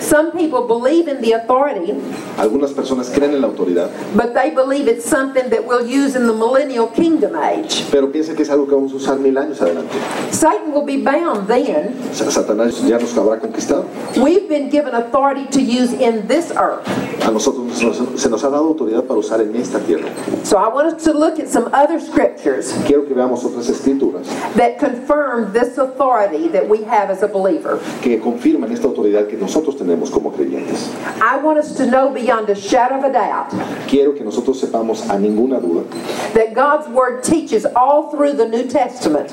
Speaker 1: Some people believe in the authority,
Speaker 2: Algunas personas creen en la autoridad,
Speaker 1: but they believe it's something that we'll use in the millennial kingdom age.
Speaker 2: pero piensan que es algo que vamos a usar mil años adelante.
Speaker 1: Satan will be bound then.
Speaker 2: O sea, Satanás ya nos habrá conquistado.
Speaker 1: We've been given authority to use in this earth.
Speaker 2: A nosotros nos- se nos ha dado autoridad para usar en esta tierra.
Speaker 1: So I want us to look at some other scriptures
Speaker 2: Quiero que veamos otras escrituras
Speaker 1: that confirm this authority that we have as a believer.
Speaker 2: que confirman esta autoridad que nosotros tenemos como creyentes.
Speaker 1: I want us to know beyond a shadow of a doubt
Speaker 2: Quiero que nosotros sepamos a ninguna duda
Speaker 1: that God's Word teaches all through the New Testament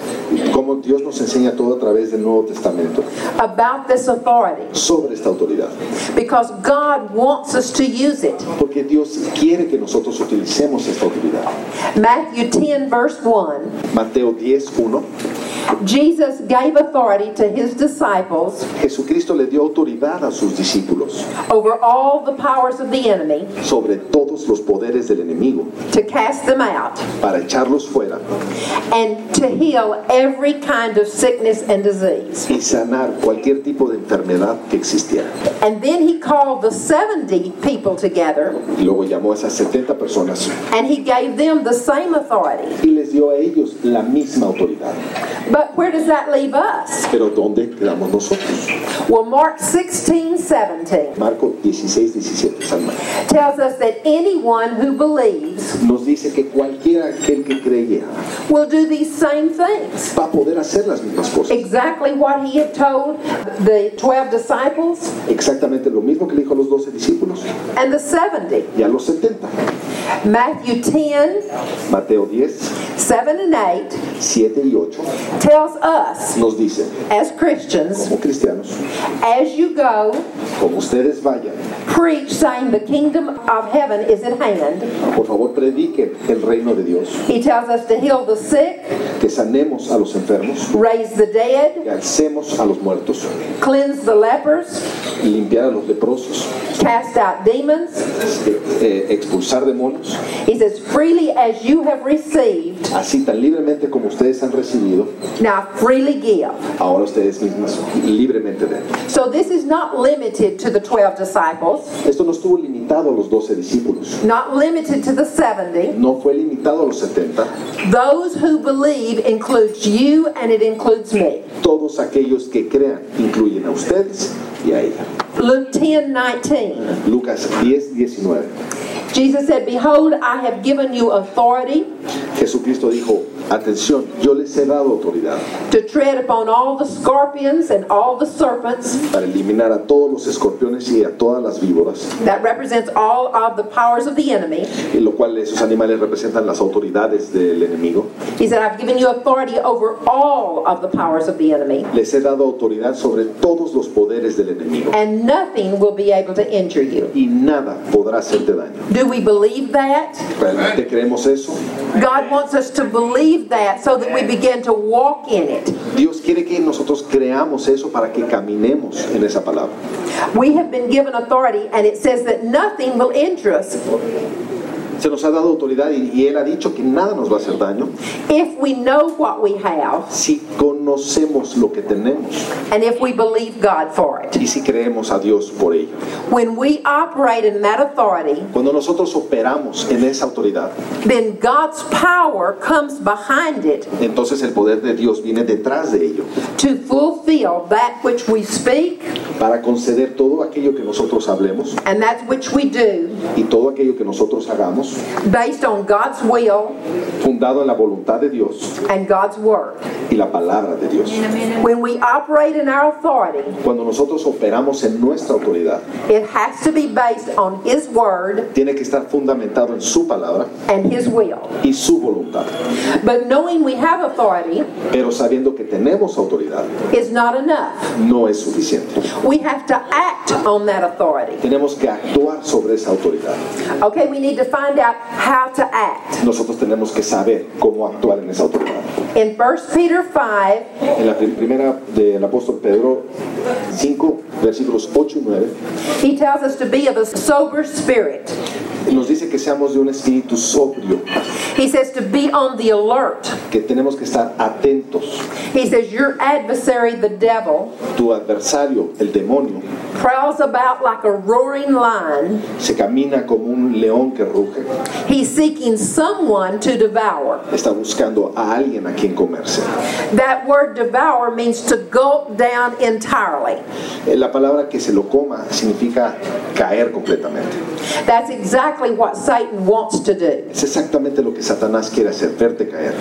Speaker 2: cómo Dios nos enseña todo a través del Nuevo Testamento
Speaker 1: about this authority
Speaker 2: sobre esta autoridad.
Speaker 1: because God wants us to use it.
Speaker 2: Porque Dios quiere que nosotros utilicemos esta autoridad.
Speaker 1: Matthew 10, verse 1
Speaker 2: Mateo 10, 1.
Speaker 1: Jesus gave authority to his disciples
Speaker 2: Jesucristo le dio autoridad a sus discípulos
Speaker 1: over all the powers of the enemy
Speaker 2: sobre todos los poderes del enemigo
Speaker 1: to cast them out
Speaker 2: para echarlos fuera
Speaker 1: and to heal every kind of sickness and disease.
Speaker 2: y sanar cualquier tipo de enfermedad que existiera.
Speaker 1: And then he called the 70 people together
Speaker 2: Y luego llamó a esas 70 personas
Speaker 1: and he gave them the same authority.
Speaker 2: y les dio a ellos la misma autoridad.
Speaker 1: But where does that leave us?
Speaker 2: Pero ¿dónde quedamos nosotros?
Speaker 1: Well, Mark 16, 17
Speaker 2: Marco 16, 17, San Marcos.
Speaker 1: tells us that anyone who believes
Speaker 2: Nos dice que cualquiera aquel que creyera
Speaker 1: will do these same things.
Speaker 2: va a poder hacer las mismas cosas.
Speaker 1: Exactly what he had told the 12 disciples
Speaker 2: Exactamente lo mismo que le dijo a los 12 discípulos
Speaker 1: and the 70.
Speaker 2: y a los 70.
Speaker 1: Matthew 10,
Speaker 2: Mateo 10,
Speaker 1: 7 and 8
Speaker 2: 7 y 8
Speaker 1: tells us
Speaker 2: nos dice,
Speaker 1: as Christians,
Speaker 2: como cristianos,
Speaker 1: as you go,
Speaker 2: como ustedes vayan,
Speaker 1: preach saying the kingdom of heaven is at hand.
Speaker 2: por favor prediquen el reino de Dios,
Speaker 1: He tells us to heal the sick,
Speaker 2: que sanemos a los enfermos,
Speaker 1: raise the dead,
Speaker 2: que alcemos a los muertos,
Speaker 1: cleanse the lepers,
Speaker 2: limpiar a los leprosos,
Speaker 1: cast out demons.
Speaker 2: eh, eh, expulsar demonios,
Speaker 1: He says, freely as you have received,
Speaker 2: así tan libremente como ustedes han recibido,
Speaker 1: now freely give.
Speaker 2: ahora ustedes mismos libremente den.
Speaker 1: So this is not limited to the 12 disciples,
Speaker 2: Esto no estuvo limitado a los 12 discípulos,
Speaker 1: not limited to the 70.
Speaker 2: no fue limitado a los 70,
Speaker 1: Those who believe includes you and it includes me.
Speaker 2: todos aquellos que crean incluyen a ustedes y a ella.
Speaker 1: Luke 10 19.
Speaker 2: Lucas 10, 19.
Speaker 1: Jesus said, Behold, I have given you authority
Speaker 2: Jesucristo dijo, atención, yo les he dado autoridad
Speaker 1: to tread upon all the scorpions and all the serpents.
Speaker 2: para eliminar a todos los escorpiones y a todas las víboras,
Speaker 1: That represents all of the powers of the enemy.
Speaker 2: en lo cual esos animales representan las autoridades del enemigo.
Speaker 1: He said, I've given you authority over all of the powers of the enemy.
Speaker 2: Les he dado autoridad sobre todos los poderes del enemigo
Speaker 1: and nothing will be able to injure you.
Speaker 2: y nada podrá hacerte daño.
Speaker 1: Do we believe that?
Speaker 2: ¿Realmente creemos eso?
Speaker 1: God wants us to believe that so that we begin to walk in it.
Speaker 2: Dios quiere que nosotros creamos eso para que caminemos en esa palabra.
Speaker 1: We have been given authority, and it says that nothing will injure us
Speaker 2: Se nos ha dado autoridad y, y Él ha dicho que nada nos va a hacer daño
Speaker 1: if we know what we have
Speaker 2: si con reconocemos lo que tenemos
Speaker 1: and if we believe God for it.
Speaker 2: y si creemos a Dios por ello.
Speaker 1: When we operate in that authority,
Speaker 2: Cuando nosotros operamos en esa autoridad,
Speaker 1: then God's power comes behind it
Speaker 2: entonces el poder de Dios viene detrás de ello
Speaker 1: to fulfill that which we speak
Speaker 2: para conceder todo aquello que nosotros hablemos
Speaker 1: and that which we do
Speaker 2: y todo aquello que nosotros hagamos
Speaker 1: based on God's will
Speaker 2: fundado en la voluntad de Dios
Speaker 1: and God's word.
Speaker 2: y la palabra de Dios.
Speaker 1: When we operate in our authority,
Speaker 2: Cuando nosotros operamos en nuestra autoridad,
Speaker 1: it has to be based on His word
Speaker 2: tiene que estar fundamentado en su palabra
Speaker 1: and His will.
Speaker 2: y su voluntad.
Speaker 1: But knowing we have authority
Speaker 2: Pero sabiendo que tenemos autoridad,
Speaker 1: is not enough.
Speaker 2: no es suficiente.
Speaker 1: We have to act on that authority.
Speaker 2: Tenemos que actuar sobre esa autoridad.
Speaker 1: Okay, we need to find out how to act.
Speaker 2: Nosotros tenemos que saber cómo actuar en esa autoridad.
Speaker 1: In 1 Peter 5,
Speaker 2: En la prim- primera del apóstol Pedro 5, versículos 8 y 9,
Speaker 1: he tells us to be of a sober spirit.
Speaker 2: nos dice que seamos de un espíritu sobrio,
Speaker 1: He says to be on the alert.
Speaker 2: que tenemos que estar atentos.
Speaker 1: He says, Your adversary, the devil,
Speaker 2: Tu adversario, el demonio,
Speaker 1: prowls about like a roaring lion.
Speaker 2: se camina como un león que ruge.
Speaker 1: He's seeking someone to devour.
Speaker 2: Está buscando a alguien a quien comerse.
Speaker 1: That word devour means to gulp down entirely.
Speaker 2: Eh, La palabra que se lo coma significa caer completamente.
Speaker 1: That's exactly what Satan wants to do.
Speaker 2: Es exactamente lo que Satanás quiere hacer, verte caer.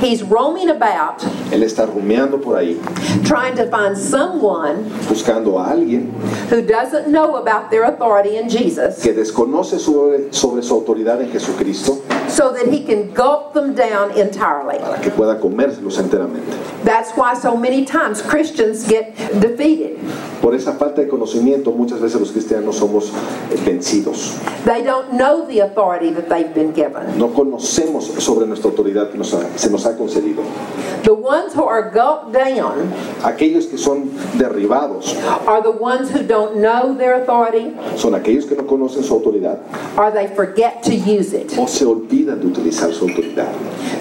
Speaker 1: He's roaming about
Speaker 2: Él está rumeando por ahí,
Speaker 1: trying to find someone
Speaker 2: buscando a alguien
Speaker 1: who doesn't know about their authority in Jesus
Speaker 2: que desconoce sobre, sobre su autoridad en Jesucristo
Speaker 1: so that he can gulp them down entirely.
Speaker 2: para que pueda comérselos enteramente.
Speaker 1: That's why so many times Christians get defeated.
Speaker 2: Por esa falta de conocimiento muchas veces los cristianos somos eh, vencidos.
Speaker 1: They don't know the authority that they've been given.
Speaker 2: No conocemos sobre nuestra autoridad que nos ha- se nos ha concedido.
Speaker 1: The ones who are gulped down
Speaker 2: Aquellos que son derribados
Speaker 1: are the ones who don't know their authority
Speaker 2: son aquellos que no conocen su autoridad
Speaker 1: or they forget to use it.
Speaker 2: o se olvidan de utilizar su autoridad.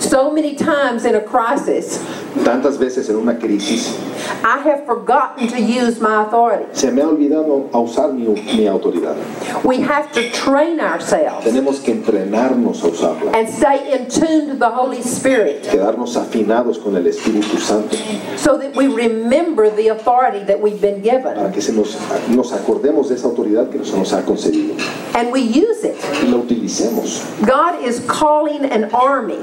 Speaker 1: So many times in a crisis,
Speaker 2: Tantas veces en una crisis
Speaker 1: I have forgotten to use my authority.
Speaker 2: se me ha olvidado a usar mi, mi autoridad.
Speaker 1: We have to train ourselves
Speaker 2: Tenemos que entrenarnos a usarla,
Speaker 1: and stay in tune to the Holy Spirit
Speaker 2: quedarnos afinados con el Espíritu Santo
Speaker 1: so that we remember the authority that we've been given
Speaker 2: para que se nos, nos acordemos de esa autoridad que se nos ha concedido
Speaker 1: and we use it.
Speaker 2: y la utilicemos.
Speaker 1: God is calling an army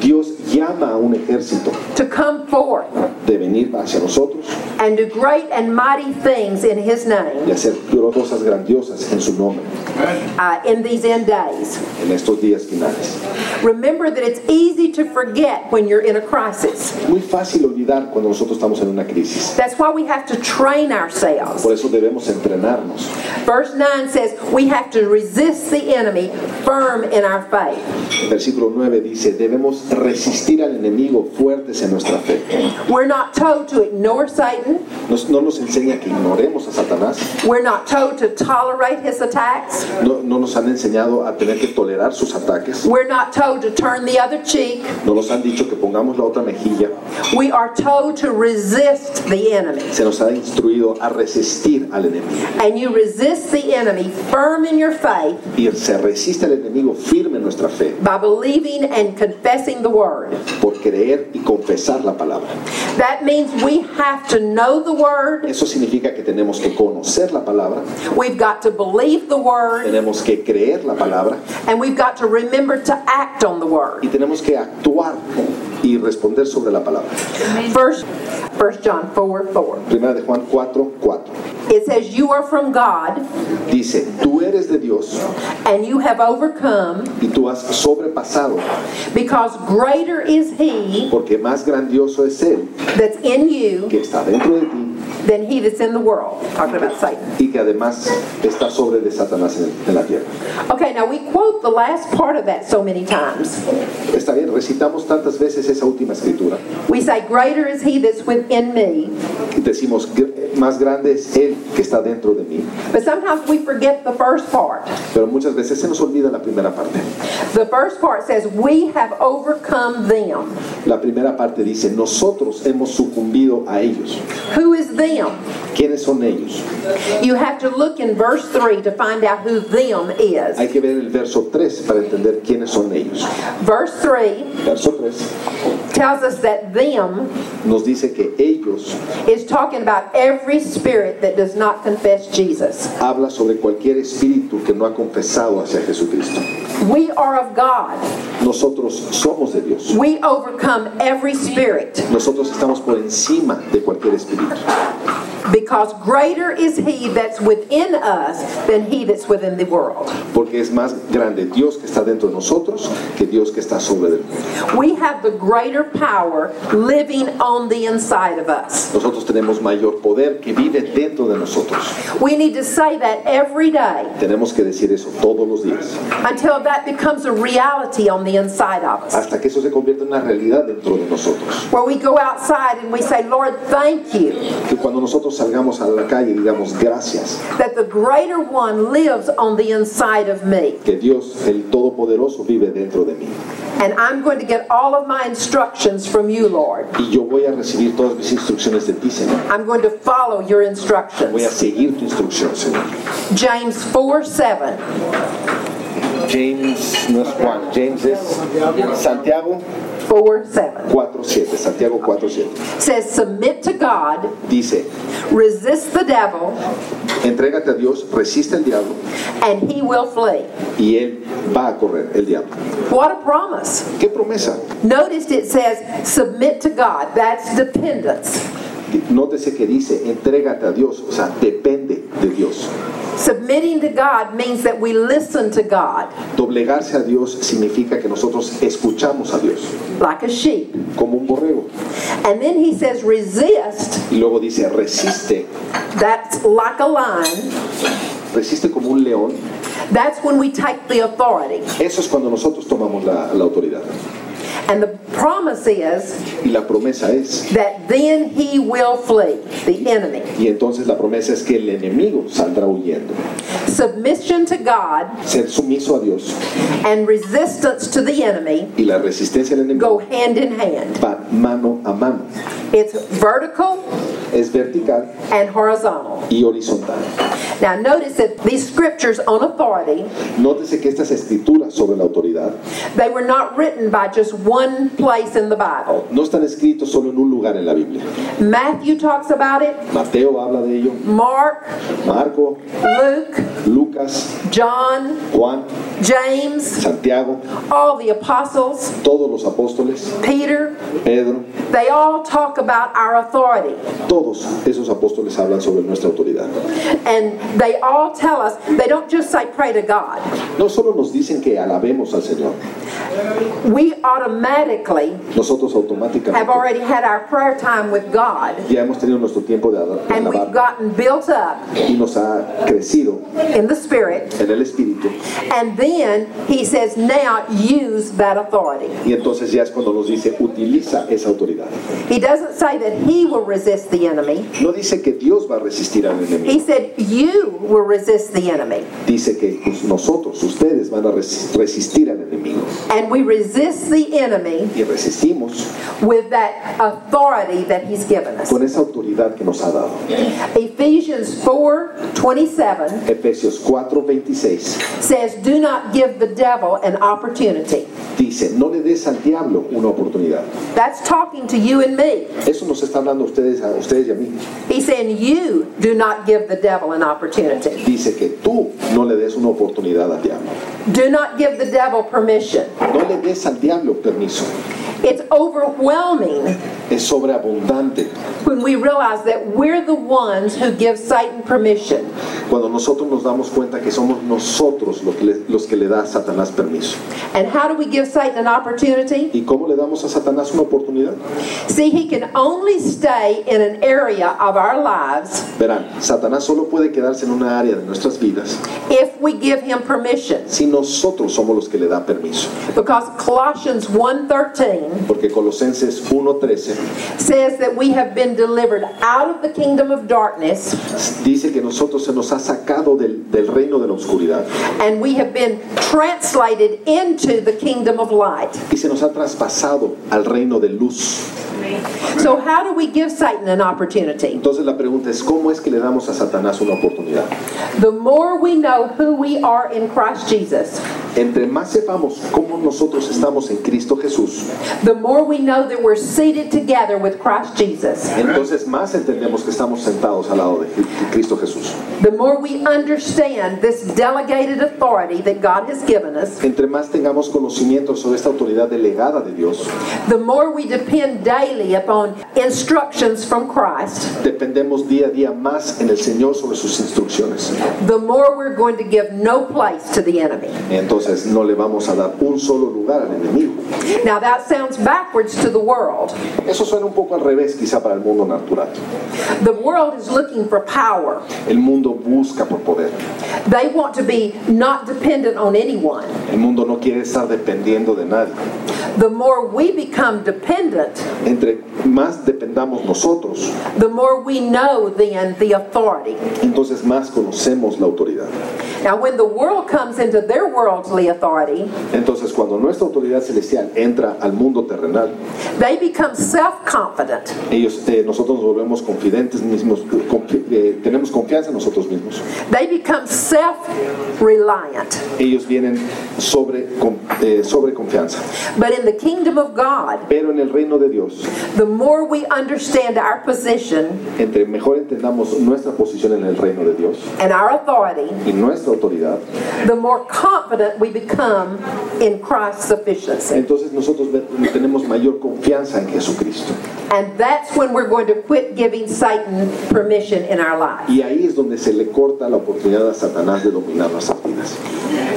Speaker 2: Dios llama a un ejército
Speaker 1: to come forth
Speaker 2: de venir hacia nosotros
Speaker 1: and do great and mighty things in His
Speaker 2: y
Speaker 1: name
Speaker 2: hacer cosas grandiosas en su nombre
Speaker 1: uh, in these end days.
Speaker 2: en estos días finales.
Speaker 1: Remember that it's easy to forget when you're in a crisis.
Speaker 2: Muy fácil olvidar cuando nosotros estamos en una crisis.
Speaker 1: That's why we have to train ourselves.
Speaker 2: Por eso debemos entrenarnos.
Speaker 1: Verse 9 says, We have to resist the enemy firm in our faith.
Speaker 2: El versículo 9 dice, debemos resistir al enemigo fuertes en nuestra fe.
Speaker 1: We're not told to ignore Satan.
Speaker 2: Nos- no nos enseña que ignoremos a Satanás,
Speaker 1: We're not told to tolerate his attacks.
Speaker 2: no, no nos han enseñado a tener que tolerar sus ataques,
Speaker 1: We're not told to turn the other cheek.
Speaker 2: no nos han dicho que pongamos la otra mejilla,
Speaker 1: We are told to resist the enemy.
Speaker 2: se nos ha instruido a resistir al enemigo.
Speaker 1: And you resist the enemy firm in your faith
Speaker 2: Y se resiste al enemigo firme en nuestra fe
Speaker 1: by believing and confessing the word.
Speaker 2: por creer y confesar la palabra.
Speaker 1: That means we have to know the word,
Speaker 2: Eso significa que tenemos que conocer la palabra,
Speaker 1: we've got to believe the word,
Speaker 2: tenemos que creer la palabra
Speaker 1: and we've got to remember to act on the word.
Speaker 2: y tenemos que actuar y responder sobre la palabra.
Speaker 1: First, First John 4 4.
Speaker 2: Primera de Juan 4, 4.
Speaker 1: It says, You are from God,
Speaker 2: Dice, tú eres de Dios
Speaker 1: and you have overcome,
Speaker 2: y tú has sobrepasado,
Speaker 1: because greater is he
Speaker 2: porque más grandioso es Él
Speaker 1: that's in you
Speaker 2: que está dentro de ti
Speaker 1: than he that's in the world. Talking about Satan.
Speaker 2: y que además está sobre de Satanás en, en la tierra.
Speaker 1: Okay, now we quote the last part of that so many times.
Speaker 2: Está bien, recitamos tantas veces esa última escritura.
Speaker 1: We say, Greater is he that's within me.
Speaker 2: Y decimos, "Gr- más grande es Él que está dentro de mí.
Speaker 1: But sometimes we forget the first part.
Speaker 2: Pero muchas veces se nos olvida la primera parte.
Speaker 1: The first part says, We have overcome them.
Speaker 2: La primera parte dice, nosotros hemos sucumbido a ellos.
Speaker 1: Who is them?
Speaker 2: ¿Quiénes son ellos?
Speaker 1: You have to look in verse 3 to find out who them is.
Speaker 2: Hay que ver el verso 3 para entender quiénes son ellos.
Speaker 1: Verse 3
Speaker 2: Verso 3
Speaker 1: tells us that them
Speaker 2: nos dice que ellos
Speaker 1: is talking about every spirit that does not confess Jesus.
Speaker 2: habla sobre cualquier espíritu que no ha confesado hacia Jesucristo.
Speaker 1: We are of God.
Speaker 2: Nosotros somos de Dios.
Speaker 1: We overcome every spirit
Speaker 2: Nosotros estamos por encima de cualquier espíritu.
Speaker 1: because greater is he that's within us than he that's within the world.
Speaker 2: Porque es más grande Dios que está dentro de nosotros que Dios que está sobre el mundo.
Speaker 1: We have the greater power living on the inside of us.
Speaker 2: Nosotros tenemos mayor poder que vive dentro de nosotros.
Speaker 1: We need to say that every day
Speaker 2: Tenemos que decir eso todos los días.
Speaker 1: until that becomes a reality on the inside of us.
Speaker 2: Hasta que eso se convierta en una realidad dentro de nosotros.
Speaker 1: Where we go outside and we say, Lord, thank you
Speaker 2: Que cuando nosotros salgamos a la calle y digamos gracias,
Speaker 1: that the greater one lives on the inside of me.
Speaker 2: que Dios el Todopoderoso vive dentro de mí.
Speaker 1: And I'm going to get all of my instructions from you, Lord.
Speaker 2: Y yo voy a recibir todas mis instrucciones de ti, Señor.
Speaker 1: I'm going to follow your
Speaker 2: Voy a
Speaker 1: instructions.
Speaker 2: seguir tu instrucción, Señor.
Speaker 1: James 4 7.
Speaker 2: James no es Juan, James es Santiago
Speaker 1: 4 7
Speaker 2: 4.7, Santiago 4.7.
Speaker 1: says, Submit to God,
Speaker 2: Dice,
Speaker 1: resist the devil,
Speaker 2: entrégate a Dios, resiste al diablo
Speaker 1: and he will flee.
Speaker 2: y él va a correr, el diablo.
Speaker 1: What a promise.
Speaker 2: ¿Qué promesa?
Speaker 1: Notice it says, Submit to God. That's dependence.
Speaker 2: Nótese que dice, entrégate a Dios, o sea, depende de Dios.
Speaker 1: Submitting to God means that we listen to God
Speaker 2: Doblegarse a Dios significa que nosotros escuchamos a Dios
Speaker 1: like a sheep.
Speaker 2: como un borrego.
Speaker 1: And then he says, resist,
Speaker 2: Y luego dice, resiste,
Speaker 1: that's like a lion.
Speaker 2: resiste como un león.
Speaker 1: That's when we take the authority.
Speaker 2: Eso es cuando nosotros tomamos la, la autoridad.
Speaker 1: And the promise is
Speaker 2: Y la promesa es,
Speaker 1: that then he will flee, the enemy.
Speaker 2: y entonces la promesa es que el enemigo saldrá huyendo.
Speaker 1: Submission to God
Speaker 2: Ser sumiso a Dios
Speaker 1: and resistance to the enemy
Speaker 2: y la resistencia al enemigo
Speaker 1: go hand in hand.
Speaker 2: va mano a mano.
Speaker 1: It's vertical
Speaker 2: Es vertical
Speaker 1: and horizontal.
Speaker 2: y horizontal.
Speaker 1: Now, notice that these scriptures on authority,
Speaker 2: Nótese que estas escrituras sobre la autoridad
Speaker 1: they were not written by just one place in the Bible.
Speaker 2: no están escritas solo en un lugar en la Biblia.
Speaker 1: Matthew talks about it,
Speaker 2: Mateo habla de ello,
Speaker 1: Mark,
Speaker 2: Marco,
Speaker 1: Luke,
Speaker 2: Lucas,
Speaker 1: John,
Speaker 2: Juan,
Speaker 1: James,
Speaker 2: Santiago,
Speaker 1: all the apostles,
Speaker 2: todos los apóstoles,
Speaker 1: Peter,
Speaker 2: Pedro,
Speaker 1: they all talk about our authority.
Speaker 2: todos esos apóstoles hablan sobre nuestra autoridad.
Speaker 1: And they all tell us, they don't just say pray to God.
Speaker 2: No solo nos dicen que alabemos al Señor,
Speaker 1: We automatically
Speaker 2: nosotros
Speaker 1: have
Speaker 2: automáticamente
Speaker 1: already had our prayer time with God
Speaker 2: ya hemos tenido nuestro tiempo de ala- de
Speaker 1: and we've
Speaker 2: alabar
Speaker 1: gotten built up
Speaker 2: y nos ha crecido
Speaker 1: in the Spirit.
Speaker 2: en el Espíritu.
Speaker 1: And then he says, now use that authority.
Speaker 2: Y entonces ya es cuando nos dice, utiliza esa autoridad.
Speaker 1: He doesn't say that he will resist the enemy.
Speaker 2: No dice que Dios va a resistir al enemigo.
Speaker 1: He said, you will resist the enemy.
Speaker 2: Dice que pues, nosotros, ustedes van a res- resistir al enemigo.
Speaker 1: And we resist the enemy
Speaker 2: Y resistimos
Speaker 1: with that authority that he's given us.
Speaker 2: con esa autoridad que nos ha dado.
Speaker 1: Ephesians 4 27
Speaker 2: Efesios 4:26
Speaker 1: says, Do not give the devil an opportunity.
Speaker 2: dice, no le des al diablo una oportunidad.
Speaker 1: That's talking to you and me.
Speaker 2: Eso nos está hablando a ustedes, a ustedes y a mí.
Speaker 1: He's saying, You do not give the devil an opportunity.
Speaker 2: Dice que tú no le des una oportunidad al diablo.
Speaker 1: Do not give the devil permission.
Speaker 2: No le des al diablo permiso.
Speaker 1: It's overwhelming
Speaker 2: es sobreabundante.
Speaker 1: when we realize that we're the ones who give Satan permission.
Speaker 2: Cuando nosotros nos damos cuenta que somos nosotros los que le, los que le da a Satanás permiso.
Speaker 1: And how do we give Satan an opportunity?
Speaker 2: ¿Y cómo le damos a Satanás una oportunidad?
Speaker 1: See, he can only stay in an area of our lives
Speaker 2: Verán, Satanás solo puede quedarse en una área de nuestras vidas
Speaker 1: if we give him permission.
Speaker 2: si nosotros somos los que le da permiso.
Speaker 1: Because Colossians 1:13
Speaker 2: Porque Colosenses 1.13
Speaker 1: says that we have been delivered out of the kingdom of darkness
Speaker 2: dice que nosotros se nos ha sacado del, del reino de la oscuridad
Speaker 1: and we have been translated into the kingdom of light.
Speaker 2: y se nos ha traspasado al reino de luz.
Speaker 1: So how do we give Satan an opportunity?
Speaker 2: Entonces la pregunta es, ¿cómo es que le damos a Satanás una oportunidad?
Speaker 1: The more we know who we are in Christ Jesus,
Speaker 2: Entre más sepamos cómo nosotros estamos en Cristo Jesús,
Speaker 1: the more we know that we're seated together with Christ Jesus,
Speaker 2: entonces más entendemos que estamos sentados al lado de Cristo Jesús.
Speaker 1: the more we understand this delegated authority that God has given us,
Speaker 2: Entre más tengamos conocimiento sobre esta autoridad delegada de Dios,
Speaker 1: the more we depend daily upon instructions from Christ,
Speaker 2: dependemos día a día más en el Señor sobre sus instrucciones.
Speaker 1: the more we're going to give no place to the enemy.
Speaker 2: Entonces no le vamos a dar un solo lugar al enemigo.
Speaker 1: Now that sounds backwards to the world.
Speaker 2: Eso suena un poco al revés quizá para el mundo natural.
Speaker 1: The world is looking for power.
Speaker 2: El mundo busca por poder.
Speaker 1: They want to be not dependent on anyone.
Speaker 2: El mundo no quiere estar dependiendo de nadie.
Speaker 1: The more we become dependent,
Speaker 2: Entre más dependamos nosotros,
Speaker 1: the more we know then the authority.
Speaker 2: entonces más conocemos la autoridad.
Speaker 1: Now, when the world comes into their worldly authority,
Speaker 2: Entonces cuando nuestra autoridad celestial entra al mundo terrenal,
Speaker 1: they become self confident.
Speaker 2: ellos, eh, nosotros nos volvemos confidentes mismos, confi- eh, tenemos confianza en nosotros mismos.
Speaker 1: They become self reliant.
Speaker 2: Ellos vienen sobre, con- eh, sobre confianza.
Speaker 1: But in the kingdom of God,
Speaker 2: Pero en el reino de Dios,
Speaker 1: the more we understand our position
Speaker 2: entre mejor entendamos nuestra posición en el reino de Dios
Speaker 1: and our authority,
Speaker 2: y nuestra autoridad,
Speaker 1: the more confident we become in Christ's sufficiency.
Speaker 2: entonces nosotros ve- tenemos mayor confianza en Jesucristo.
Speaker 1: And that's when we're going to quit giving Satan permission in our life.
Speaker 2: Y ahí es donde se le corta la oportunidad a Satanás de dominar nuestras vidas.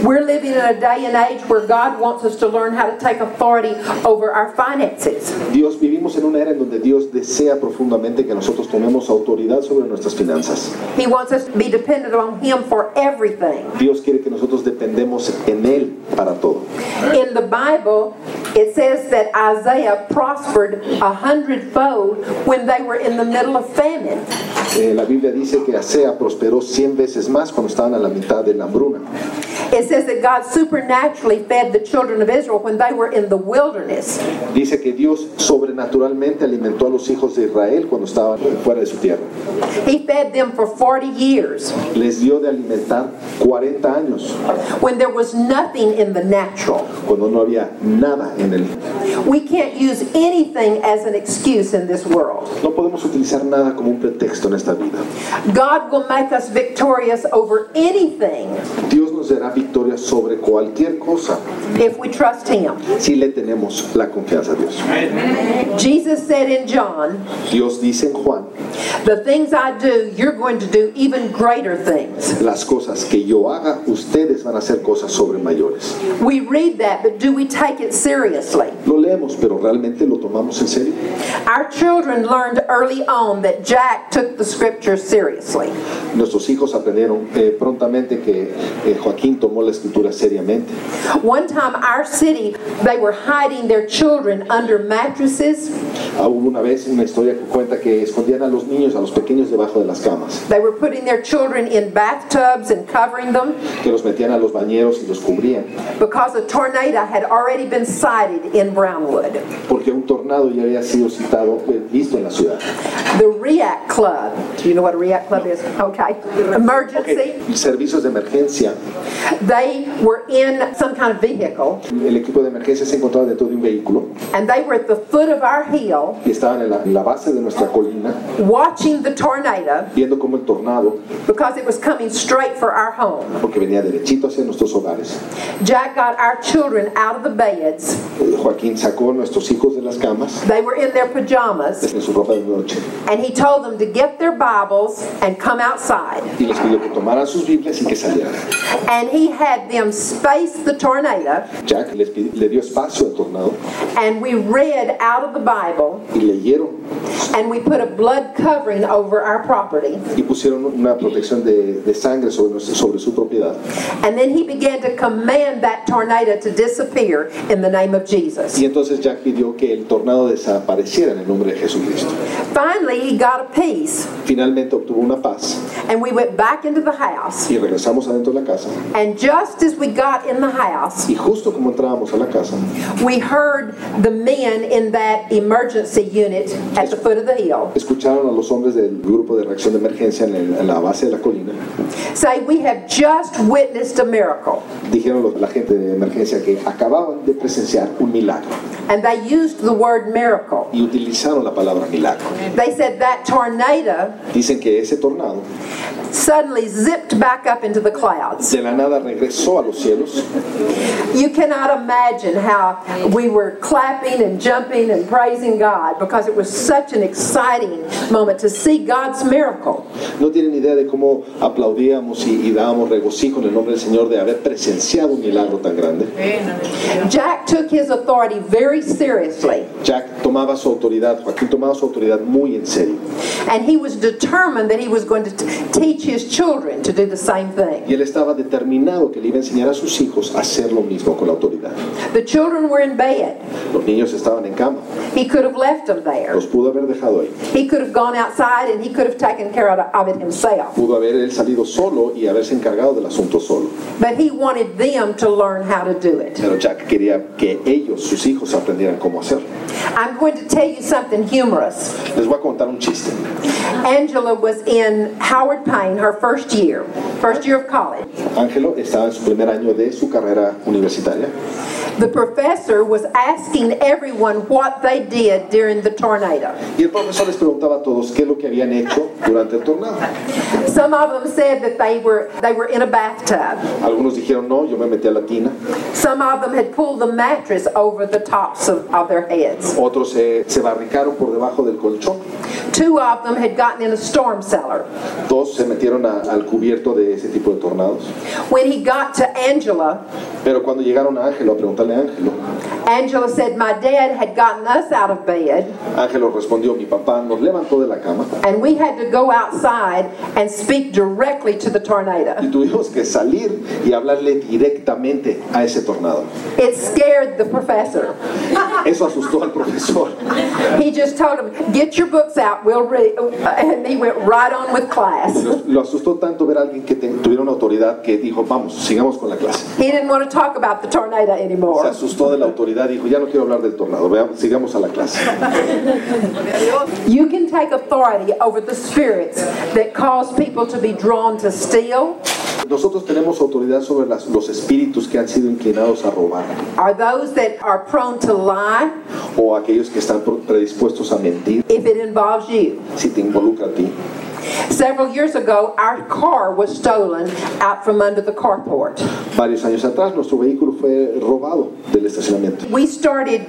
Speaker 1: We're living in a day and age where God wants us to learn how to take authority over our finances.
Speaker 2: Dios, vivimos en una era en donde Dios desea profundamente que nosotros tomemos autoridad sobre nuestras finanzas.
Speaker 1: He wants us to be dependent on Him for everything.
Speaker 2: Dios quiere que nosotros dependemos en Él para todo.
Speaker 1: In the Bible, it says that Isaiah prospered a hundredfold when they were in the middle of famine.
Speaker 2: Eh, la Biblia dice que Asea prosperó 100 veces más cuando estaban a la mitad de la hambruna.
Speaker 1: It says that God supernaturally fed the children of Israel when they were in the wilderness.
Speaker 2: Dice que Dios sobrenaturalmente alimentó a los hijos de Israel cuando estaban fuera de su tierra.
Speaker 1: He fed them for 40 years
Speaker 2: Les dio de alimentar 40 años
Speaker 1: when there was nothing in the natural.
Speaker 2: cuando no había nada en él.
Speaker 1: We can't use anything as an excuse in this world.
Speaker 2: No podemos utilizar nada como un pretexto en esta vida.
Speaker 1: God will make us victorious over anything
Speaker 2: Dios nos dará victoria sobre cualquier cosa
Speaker 1: if we trust Him.
Speaker 2: si le tenemos la confianza a Dios.
Speaker 1: Jesus said in John,
Speaker 2: Dios dice en Juan,
Speaker 1: The things I do, you're going to do even greater things.
Speaker 2: las cosas que yo haga, ustedes van a hacer cosas sobre mayores.
Speaker 1: We read that, but do we take it seriously?
Speaker 2: Lo leemos, pero ¿realmente lo tomamos en serio?
Speaker 1: Our children learned early on that Jack took the scripture seriously.
Speaker 2: Nuestros hijos aprendieron eh, prontamente que eh, Joaquín tomó la escritura seriamente.
Speaker 1: One time, our city, they were hiding their children under mattresses.
Speaker 2: Ah, Hubo una vez una historia que cuenta que escondían a los niños, a los pequeños debajo de las camas,
Speaker 1: They were putting their children in bathtubs and covering them
Speaker 2: que los metían a los bañeros y los cubrían,
Speaker 1: because a tornado had already been sighted in Brownwood.
Speaker 2: porque un tornado ya había sido citado, eh, visto en la ciudad.
Speaker 1: The REACT Club, do you know what a REACT Club is? Okay. Emergency.
Speaker 2: Servicios de emergencia.
Speaker 1: They were in some kind of vehicle
Speaker 2: El equipo de emergencia se encontraba dentro de un vehículo
Speaker 1: and they were at the foot of our hill hill,
Speaker 2: y estaban en la, en la base de nuestra colina
Speaker 1: watching the tornado
Speaker 2: viendo cómo el tornado,
Speaker 1: because it was coming straight for our home.
Speaker 2: porque venía derechito hacia nuestros hogares,
Speaker 1: Jack got our children out of the beds.
Speaker 2: eh, Joaquín sacó a nuestros hijos de las camas
Speaker 1: They were in their pajamas,
Speaker 2: en su ropa de noche
Speaker 1: and he told them to get their Bibles and come outside.
Speaker 2: y les pidió que tomaran sus Biblias y que salieran.
Speaker 1: And he had them space the tornado,
Speaker 2: Jack les pi- le dio espacio al tornado
Speaker 1: and we read out of the Bible,
Speaker 2: y leyeron
Speaker 1: and we put a blood covering over our property.
Speaker 2: y pusieron una protección de, de sangre sobre, nuestra- sobre su propiedad.
Speaker 1: And then he began to command that tornado to disappear in the name of Jesus.
Speaker 2: Y entonces Jack pidió que el tornado desapareciera en el nombre de Jesucristo.
Speaker 1: Finally, he got a piece,
Speaker 2: Finalmente obtuvo una paz
Speaker 1: and we went back into the house.
Speaker 2: y regresamos adentro de la casa.
Speaker 1: And just as we got in the house,
Speaker 2: Y justo como entrábamos a la casa,
Speaker 1: We heard the men in that emergency unit at the foot of the hill
Speaker 2: escucharon a los hombres del grupo de reacción de emergencia en, el- en la base de la colina.
Speaker 1: say, We have just witnessed a miracle.
Speaker 2: Dijeron los- la gente de emergencia que acababan de presenciar un milagro
Speaker 1: And they used the word miracle.
Speaker 2: y utilizaron la palabra milagro.
Speaker 1: They said that tornado
Speaker 2: Dicen que ese tornado
Speaker 1: suddenly zipped back up into the clouds.
Speaker 2: de la nada regresó a los cielos.
Speaker 1: You cannot imagine how we were clapping and jumping and praising God because it was such an exciting moment to see God's miracle.
Speaker 2: No tienen idea de cómo aplaudíamos y, y dábamos regocijo en el nombre del Señor de haber presenciado un milagro tan grande.
Speaker 1: Jack took his authority very seriously.
Speaker 2: Jack tomaba su autoridad, Joaquín tomaba su autoridad muy en serio.
Speaker 1: And he was determined that he was going to t- teach his children to do the same thing.
Speaker 2: Y él estaba determinado que le iba a enseñar a sus hijos a hacer lo mismo con la autoridad.
Speaker 1: The children were in bed.
Speaker 2: Los niños estaban en cama,
Speaker 1: He could have left them there.
Speaker 2: los pudo haber dejado ahí.
Speaker 1: He could have gone outside and he could have taken care of- of it himself.
Speaker 2: Pudo haber él salido solo y haberse encargado del asunto solo.
Speaker 1: But he wanted them to learn how to do it.
Speaker 2: Pero Jack quería que ellos, sus hijos, aprendieran cómo hacerlo.
Speaker 1: I'm going to tell you something humorous.
Speaker 2: Les voy a contar un chiste.
Speaker 1: Angela was in Howard Payne her first year, first year of college.
Speaker 2: Ángelo estaba en su primer año de su carrera universitaria
Speaker 1: The professor was asking everyone what they did during the tornado.
Speaker 2: y el profesor les preguntaba a todos qué es lo que habían hecho durante el tornado.
Speaker 1: Some of them said that they were they were in a bathtub.
Speaker 2: Algunos dijeron, no, yo me metí a la tina.
Speaker 1: Some of them had pulled the mattress over the tops of, of their heads.
Speaker 2: Otros se, se barricaron por debajo del colchón.
Speaker 1: Two of them had gotten in a storm cellar.
Speaker 2: Dos se metieron a- al cubierto de ese tipo de tornados.
Speaker 1: When he got to Angela,
Speaker 2: Pero cuando llegaron a Ángelo a preguntarle a Ángelo,
Speaker 1: Angela said, My dad had gotten us out of bed,
Speaker 2: Ángelo respondió, mi papá nos levantó de la cama
Speaker 1: and we had to go outside and speak directly to the
Speaker 2: y
Speaker 1: tornado.
Speaker 2: tuvimos que salir y hablarle directamente a ese tornado.
Speaker 1: It scared the professor.
Speaker 2: Eso asustó al profesor.
Speaker 1: He just told him, Get your books out, we'll read. And he went right on with class.
Speaker 2: Lo asustó tanto ver a alguien que te- tuviera una autoridad que dijo, vamos, sigamos con la clase.
Speaker 1: He didn't want to talk about the tornado
Speaker 2: Se
Speaker 1: anymore.
Speaker 2: asustó de la autoridad, dijo, ya no quiero hablar del tornado, veamos, sigamos a la clase.
Speaker 1: You can take authority over the spirits that cause people to be drawn to steal,
Speaker 2: Nosotros tenemos autoridad sobre las- los espíritus que han sido inclinados a robar
Speaker 1: are those that are prone to lie,
Speaker 2: o aquellos que están pro- predispuestos a mentir
Speaker 1: if it involves you.
Speaker 2: si te involucra a ti.
Speaker 1: Several years ago, our car was stolen out from under the carport.
Speaker 2: Varios años atrás nuestro vehículo fue robado del estacionamiento.
Speaker 1: We started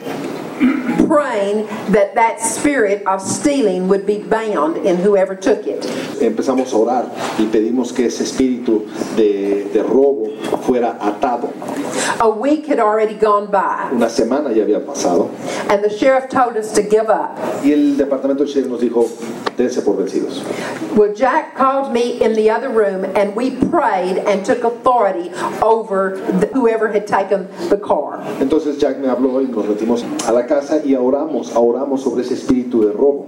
Speaker 1: praying that that spirit of stealing would be bound in whoever took it.
Speaker 2: Empezamos a orar y pedimos que ese espíritu de, de robo fuera atado.
Speaker 1: A week had already gone by,
Speaker 2: Una semana ya había pasado
Speaker 1: and the sheriff told us to give up.
Speaker 2: y el departamento de sheriff nos dijo, dense por vencidos.
Speaker 1: Well, Jack called me in the other room, and we prayed and took authority over the, whoever had taken the car.
Speaker 2: Entonces Jack me habló y nos metimos a la casa y oramos, oramos sobre ese espíritu de robo.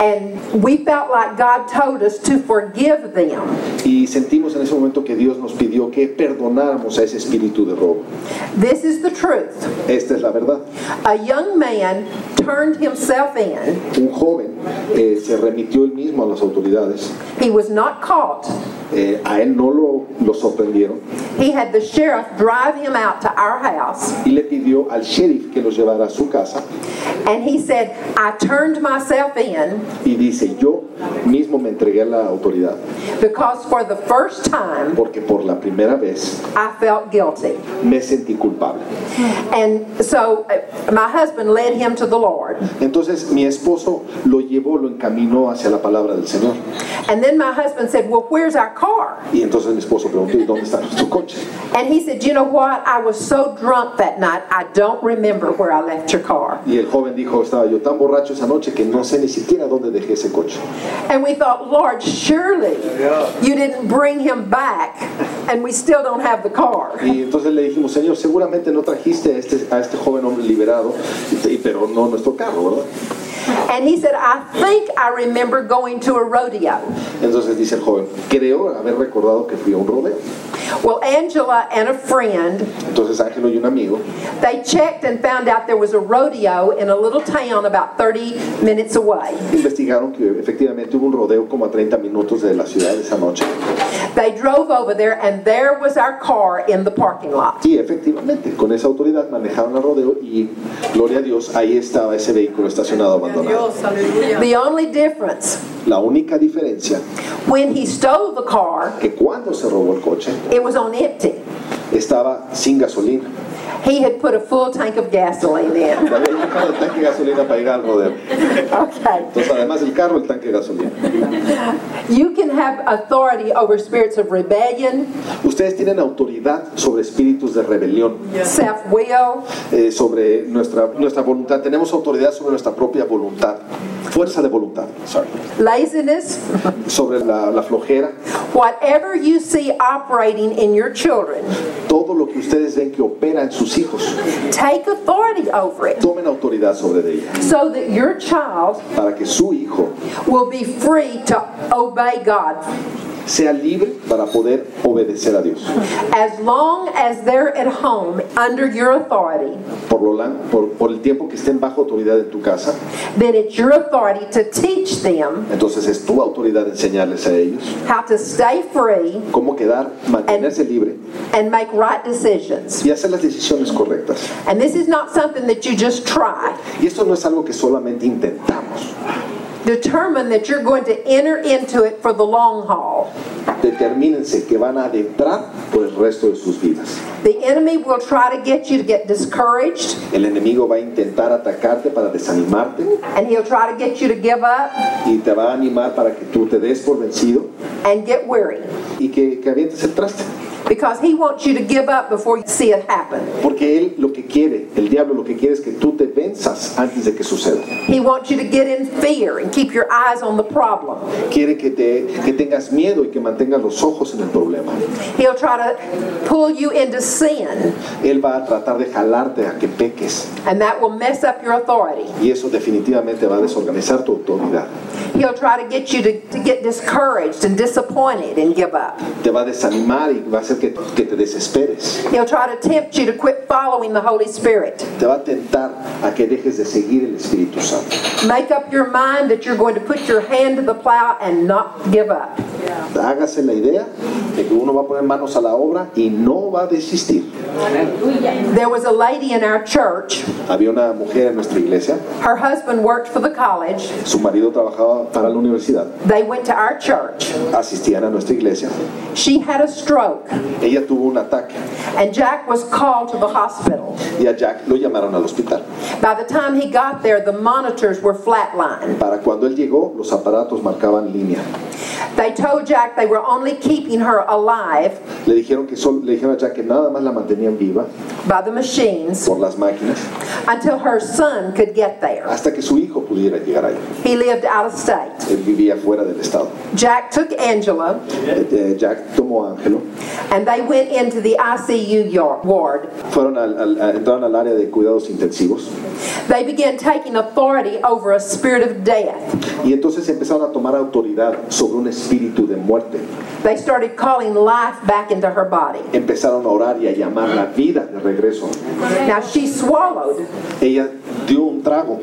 Speaker 1: And we felt like God told us to forgive them.
Speaker 2: Y sentimos en ese momento que Dios nos pidió que perdonáramos a ese espíritu de robo.
Speaker 1: This is the truth.
Speaker 2: Esta es la verdad.
Speaker 1: A young man turned himself in.
Speaker 2: Un joven eh, se remitió él mismo a las autoridades.
Speaker 1: He was not caught,
Speaker 2: Eh, a él no lo, lo sorprendieron
Speaker 1: He had the sheriff drive him out to our house,
Speaker 2: y le pidió al sheriff que lo llevara a su casa
Speaker 1: and he said, I turned myself in
Speaker 2: y dice, yo mismo me entregué a la autoridad
Speaker 1: because for the first time
Speaker 2: porque por la primera vez
Speaker 1: I felt guilty.
Speaker 2: me sentí culpable.
Speaker 1: And so uh, my husband led him to the Lord.
Speaker 2: Entonces mi esposo lo llevó, lo encaminó hacia la palabra del Señor.
Speaker 1: And then my husband said, Well, where's our car?
Speaker 2: Y entonces mi esposo preguntó, ¿y dónde está nuestro coche?
Speaker 1: And he said, You know what? I was so drunk that night, I don't remember where I left your car.
Speaker 2: Y el joven dijo, estaba yo tan borracho esa noche que no sé ni siquiera dónde dejé ese coche.
Speaker 1: And we thought, Lord, surely you didn't bring him back, and we still don't have the car.
Speaker 2: Y entonces le dijimos, Señor, seguramente no trajiste a este, a este joven hombre liberado, y- pero no nuestro carro, ¿verdad?
Speaker 1: And he said, I think I remember going to a rodeo.
Speaker 2: Entonces dice el joven, creo haber recordado que fui a un rodeo.
Speaker 1: Well, Angela and a friend,
Speaker 2: Entonces Ángelo y un amigo
Speaker 1: they checked and found out there was a rodeo in a little town about 30 minutes away.
Speaker 2: investigaron que efectivamente hubo un rodeo como a 30 minutos de la ciudad esa noche.
Speaker 1: They drove over there, and there was our car in the parking lot.
Speaker 2: Y efectivamente, con esa autoridad manejaron el rodeo y, gloria a Dios, ahí estaba ese vehículo estacionado abandonado.
Speaker 1: The only difference,
Speaker 2: La única diferencia
Speaker 1: when he stole the car,
Speaker 2: que cuando se robó el coche
Speaker 1: it was on empty.
Speaker 2: estaba sin gasolina. <laughs>
Speaker 1: He had put a full tank of gasoline in.
Speaker 2: Le había llenado el tanque de gasolina para ir al rodeo.
Speaker 1: Okay.
Speaker 2: Entonces, además del carro, el tanque de gasolina.
Speaker 1: You can have authority over spirits of rebellion,
Speaker 2: Ustedes tienen autoridad sobre espíritus de rebelión,
Speaker 1: self will,
Speaker 2: eh, sobre nuestra, nuestra voluntad. Tenemos autoridad sobre nuestra propia voluntad, fuerza de voluntad, sorry.
Speaker 1: laziness,
Speaker 2: sobre la, la flojera.
Speaker 1: whatever you see operating in your children.
Speaker 2: Todo lo que ustedes ven que opera en sus hijos,
Speaker 1: Take authority over it
Speaker 2: tomen autoridad sobre ella,
Speaker 1: so that your child
Speaker 2: para que su hijo
Speaker 1: will be free to obey God.
Speaker 2: sea libre para poder obedecer a Dios.
Speaker 1: As long as they're at home under your authority,
Speaker 2: Por, lo, lan- por, por el tiempo que estén bajo autoridad en tu casa,
Speaker 1: then it's your authority to teach them
Speaker 2: entonces es tu autoridad enseñarles a ellos
Speaker 1: how to stay free
Speaker 2: cómo quedar, mantenerse libre
Speaker 1: and make right decisions.
Speaker 2: y hacer las decisiones correctas.
Speaker 1: And this is not something that you just try.
Speaker 2: Y esto no es algo que solamente intentamos.
Speaker 1: Determine that you're going to enter into it for the long haul.
Speaker 2: Determínense que van a adentrar por el resto de sus vidas.
Speaker 1: The enemy will try to get you to get discouraged,
Speaker 2: El enemigo va a intentar atacarte para desanimarte
Speaker 1: and he'll try to get you to give up
Speaker 2: y te va a animar para que tú te des por vencido
Speaker 1: and get weary.
Speaker 2: y que, que avientes el traste.
Speaker 1: Because he wants you to give up before you see it happen.
Speaker 2: Porque él lo que quiere, el diablo lo que quiere es que tú te venzas antes de que suceda.
Speaker 1: He wants you to get in fear and keep your eyes on the problem.
Speaker 2: Quiere que, te, que tengas miedo y que mantengas los ojos en el problema.
Speaker 1: He'll try to pull you into sin,
Speaker 2: Él va a tratar de jalarte a que peques
Speaker 1: and that will mess up your authority.
Speaker 2: y eso definitivamente va a desorganizar tu autoridad.
Speaker 1: He'll try to get you to, to get discouraged and disappointed and give up.
Speaker 2: Te va a desanimar y va a hacer que, que te desesperes.
Speaker 1: He'll try to tempt you to quit following the Holy Spirit.
Speaker 2: Te va a tentar a que dejes de seguir el Espíritu Santo.
Speaker 1: Make up your mind that you're going to put your hand to the plow and not give up.
Speaker 2: Hágase la idea de que uno va a poner manos a la obra y no va a desistir.
Speaker 1: There was a lady in our church.
Speaker 2: Había una mujer en nuestra iglesia,
Speaker 1: Her husband worked for the college.
Speaker 2: su marido trabajaba para la universidad,
Speaker 1: They went to our church.
Speaker 2: asistían a nuestra iglesia.
Speaker 1: She had a stroke.
Speaker 2: Ella tuvo un ataque
Speaker 1: and Jack was called to the hospital.
Speaker 2: y a Jack lo llamaron al hospital.
Speaker 1: By the time he got there, the monitors were flatlined.
Speaker 2: Para cuando él llegó, los aparatos marcaban línea.
Speaker 1: They told Jack they were only keeping her alive
Speaker 2: Le dijeron, que sol- le dijeron a Jack que nada más la mantenían viva
Speaker 1: by the machines
Speaker 2: por las máquinas
Speaker 1: until her son could get there.
Speaker 2: hasta que su hijo pudiera llegar ahí.
Speaker 1: He lived out of state.
Speaker 2: Él vivía fuera del estado.
Speaker 1: Jack took Angela
Speaker 2: Eh, eh, Jack tomó a Ángelo,
Speaker 1: and they went into the ICU yard- ward.
Speaker 2: fueron al, al- a- entraron al área de cuidados intensivos
Speaker 1: They began taking authority over a spirit of death.
Speaker 2: y entonces empezaron a tomar autoridad sobre un espíritu de muerte.
Speaker 1: They started calling life back into her body.
Speaker 2: Empezaron a orar y a llamar la vida de regreso.
Speaker 1: Now she swallowed
Speaker 2: Ella dio un trago.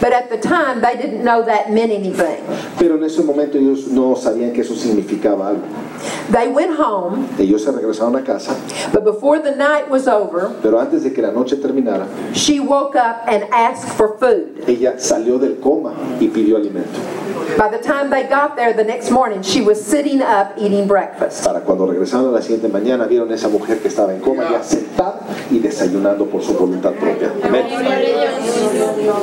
Speaker 1: But at the time, they didn't know that meant anything.
Speaker 2: Pero en ese momento ellos no sabían que eso significaba algo.
Speaker 1: They went home,
Speaker 2: Ellos se regresaron a casa,
Speaker 1: but before the night was over,
Speaker 2: pero antes de que la noche terminara,
Speaker 1: she woke up and asked for food.
Speaker 2: ella salió del coma y pidió alimento.
Speaker 1: By the time they got there the next morning, she was sitting up eating breakfast.
Speaker 2: Para cuando regresaron a la siguiente mañana, vieron a esa mujer que estaba en coma ya sentada y desayunando por su voluntad propia. Amén.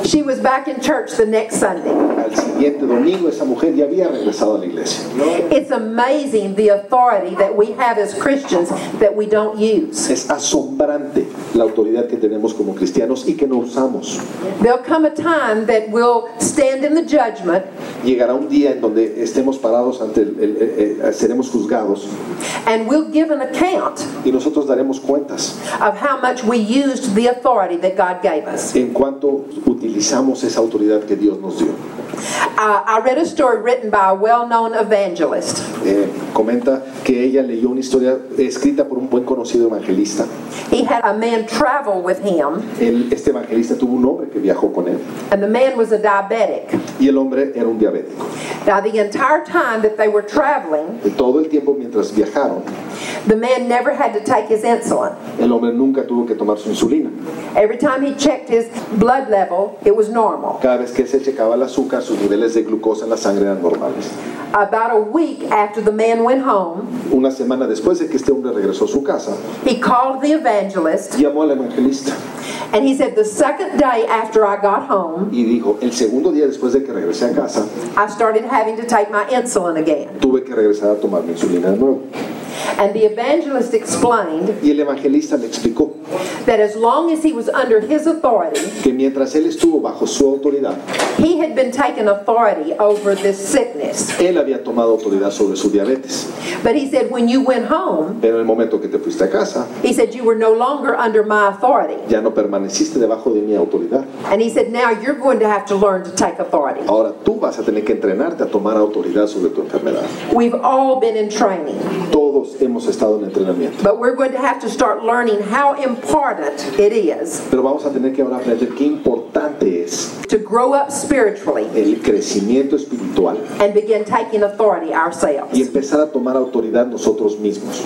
Speaker 1: She was back in church the next Sunday.
Speaker 2: Al siguiente domingo, esa mujer ya había regresado a la iglesia.
Speaker 1: It's amazing the authority that we have as Christians that we don't use.
Speaker 2: Es asombrante la autoridad que tenemos como cristianos y que no usamos.
Speaker 1: There'll come a time that we'll stand in the judgment
Speaker 2: Llegará un día en donde estemos parados ante el, el- el- el- seremos juzgados
Speaker 1: and we'll give an account
Speaker 2: y nosotros daremos cuentas
Speaker 1: of how much we used the authority that God gave us.
Speaker 2: en cuanto utilizamos esa autoridad que Dios nos dio.
Speaker 1: I, I read a story written by a well known evangelist.
Speaker 2: Eh, comenta que ella leyó una historia escrita por un buen conocido evangelista.
Speaker 1: He had a man travel with him,
Speaker 2: Él- este evangelista tuvo un hombre que viajó con él
Speaker 1: and the man was a diabetic.
Speaker 2: y el hombre era un diabético.
Speaker 1: Now, the entire time that they were traveling,
Speaker 2: En todo el tiempo mientras viajaron,
Speaker 1: the man never had to take his insulin.
Speaker 2: el hombre nunca tuvo que tomar su insulina.
Speaker 1: Every time he checked his blood level, it was normal.
Speaker 2: Cada vez que se checaba el azúcar, sus niveles de glucosa en la sangre eran normales.
Speaker 1: About a week after the man went home,
Speaker 2: Una semana después de que este hombre regresó a su casa,
Speaker 1: he called the evangelist
Speaker 2: llamó al evangelista
Speaker 1: and he said, The second day after I got home,
Speaker 2: y dijo, el segundo día después de que regresé a casa,
Speaker 1: I started having to take my insulin again.
Speaker 2: tuve que regresar a tomar mi insulina de nuevo.
Speaker 1: And the evangelist explained
Speaker 2: Y el evangelista le explicó
Speaker 1: that as long as he was under his authority,
Speaker 2: que mientras él estuvo bajo su autoridad,
Speaker 1: he had been taking authority over this sickness.
Speaker 2: él había tomado autoridad sobre su diabetes.
Speaker 1: But he said, when you went home,
Speaker 2: Pero en el momento que te fuiste a casa,
Speaker 1: he said, you were no longer under my authority.
Speaker 2: ya no permaneciste debajo de mi autoridad.
Speaker 1: And he said, now you're going to have to learn to take authority.
Speaker 2: Ahora tú vas a tener que entrenarte a tomar autoridad sobre tu enfermedad.
Speaker 1: We've all been in training,
Speaker 2: Todos hemos estado en entrenamiento.
Speaker 1: but we're going to have to start learning how important it is
Speaker 2: Pero vamos a tener que ahora aprender qué importante es
Speaker 1: to grow up spiritually
Speaker 2: el crecimiento espiritual
Speaker 1: and begin taking authority
Speaker 2: y
Speaker 1: ourselves.
Speaker 2: empezar a tomar autoridad nosotros mismos.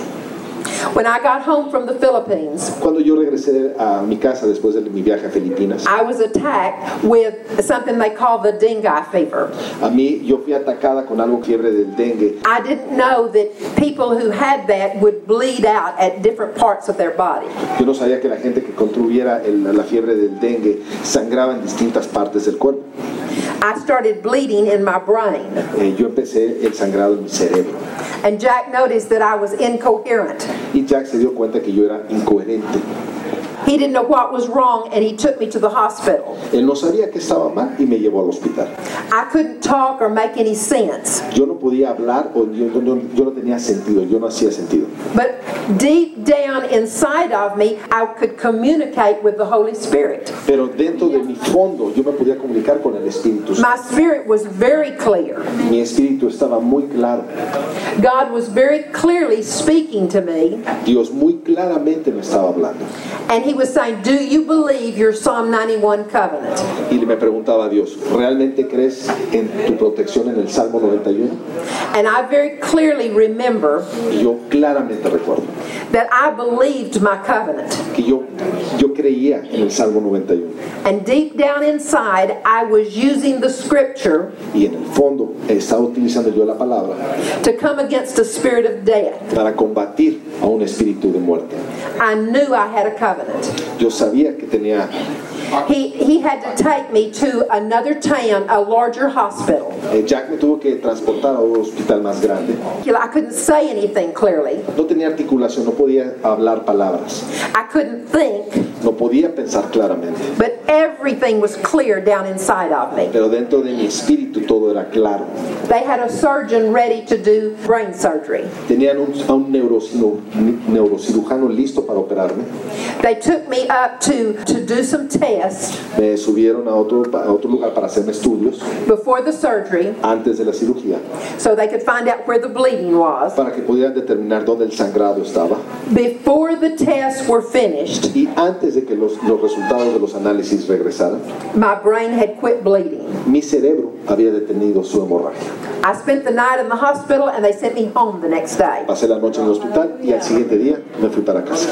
Speaker 1: When I got home from the Philippines,
Speaker 2: Cuando yo regresé a mi casa después de mi viaje a Filipinas,
Speaker 1: I was attacked with something they call the dengue fever.
Speaker 2: a mí yo fui atacada con algo fiebre del dengue.
Speaker 1: I didn't know that people who had that would bleed out at different parts of their body.
Speaker 2: Yo no sabía que la gente que contuviera el- la fiebre del dengue sangraba en distintas partes del cuerpo.
Speaker 1: I started bleeding in my brain,
Speaker 2: Eh, yo empecé el sangrado en mi cerebro
Speaker 1: and Jack noticed that I was incoherent.
Speaker 2: y Jack se dio cuenta que yo era incoherente.
Speaker 1: He didn't know what was wrong, and he took me to the hospital.
Speaker 2: Él no sabía que estaba mal y me llevó al hospital.
Speaker 1: I couldn't talk or make any sense,
Speaker 2: Yo no podía hablar o yo, yo no- yo no tenía sentido, yo no hacía sentido.
Speaker 1: but deep down inside of me, I could communicate with the Holy Spirit.
Speaker 2: Pero dentro de mi fondo yo me podía comunicar con el Espíritu.
Speaker 1: My spirit was very clear.
Speaker 2: Mi espíritu estaba muy claro.
Speaker 1: God was very clearly speaking to me,
Speaker 2: Dios muy claramente me estaba hablando.
Speaker 1: and He was saying, Do you believe your Psalm 91 covenant?
Speaker 2: Y me preguntaba a Dios, ¿realmente crees en tu protección en el Salmo 91?
Speaker 1: And I very clearly remember
Speaker 2: Y yo claramente recuerdo
Speaker 1: that I believed my covenant.
Speaker 2: que yo, yo creía en el Salmo 91.
Speaker 1: And deep down inside, I was using the scripture
Speaker 2: Y en el fondo estaba utilizando yo la palabra
Speaker 1: to come against a spirit of death.
Speaker 2: para combatir a un espíritu de muerte.
Speaker 1: I knew I had a covenant.
Speaker 2: Yo sabía que tenía...
Speaker 1: He, he had to take me to another town, a larger hospital.
Speaker 2: eh, Jack me tuvo que transportar a un hospital más grande.
Speaker 1: I couldn't say anything clearly.
Speaker 2: No tenía articulación, no podía hablar palabras.
Speaker 1: I couldn't think,
Speaker 2: No podía pensar claramente,
Speaker 1: but everything was clear down inside of me.
Speaker 2: pero dentro de mi espíritu todo era claro.
Speaker 1: They had a surgeon ready to do brain surgery.
Speaker 2: Tenían un- a un neurocino- neurocirujano listo para operarme.
Speaker 1: They took me up to, to do some tests
Speaker 2: Me subieron a otro, pa- a otro lugar para hacerme estudios
Speaker 1: before the surgery
Speaker 2: antes de la cirugía
Speaker 1: so they could find out where the bleeding was.
Speaker 2: para que pudieran determinar dónde el sangrado estaba.
Speaker 1: Before the tests were finished,
Speaker 2: Y antes antes de que los, los resultados de los análisis regresaran,
Speaker 1: My brain had quit bleeding.
Speaker 2: mi cerebro había detenido su hemorragia.
Speaker 1: I spent the night in the hospital and they sent me home the next day.
Speaker 2: Pasé la noche en el hospital y al siguiente día me fui para casa.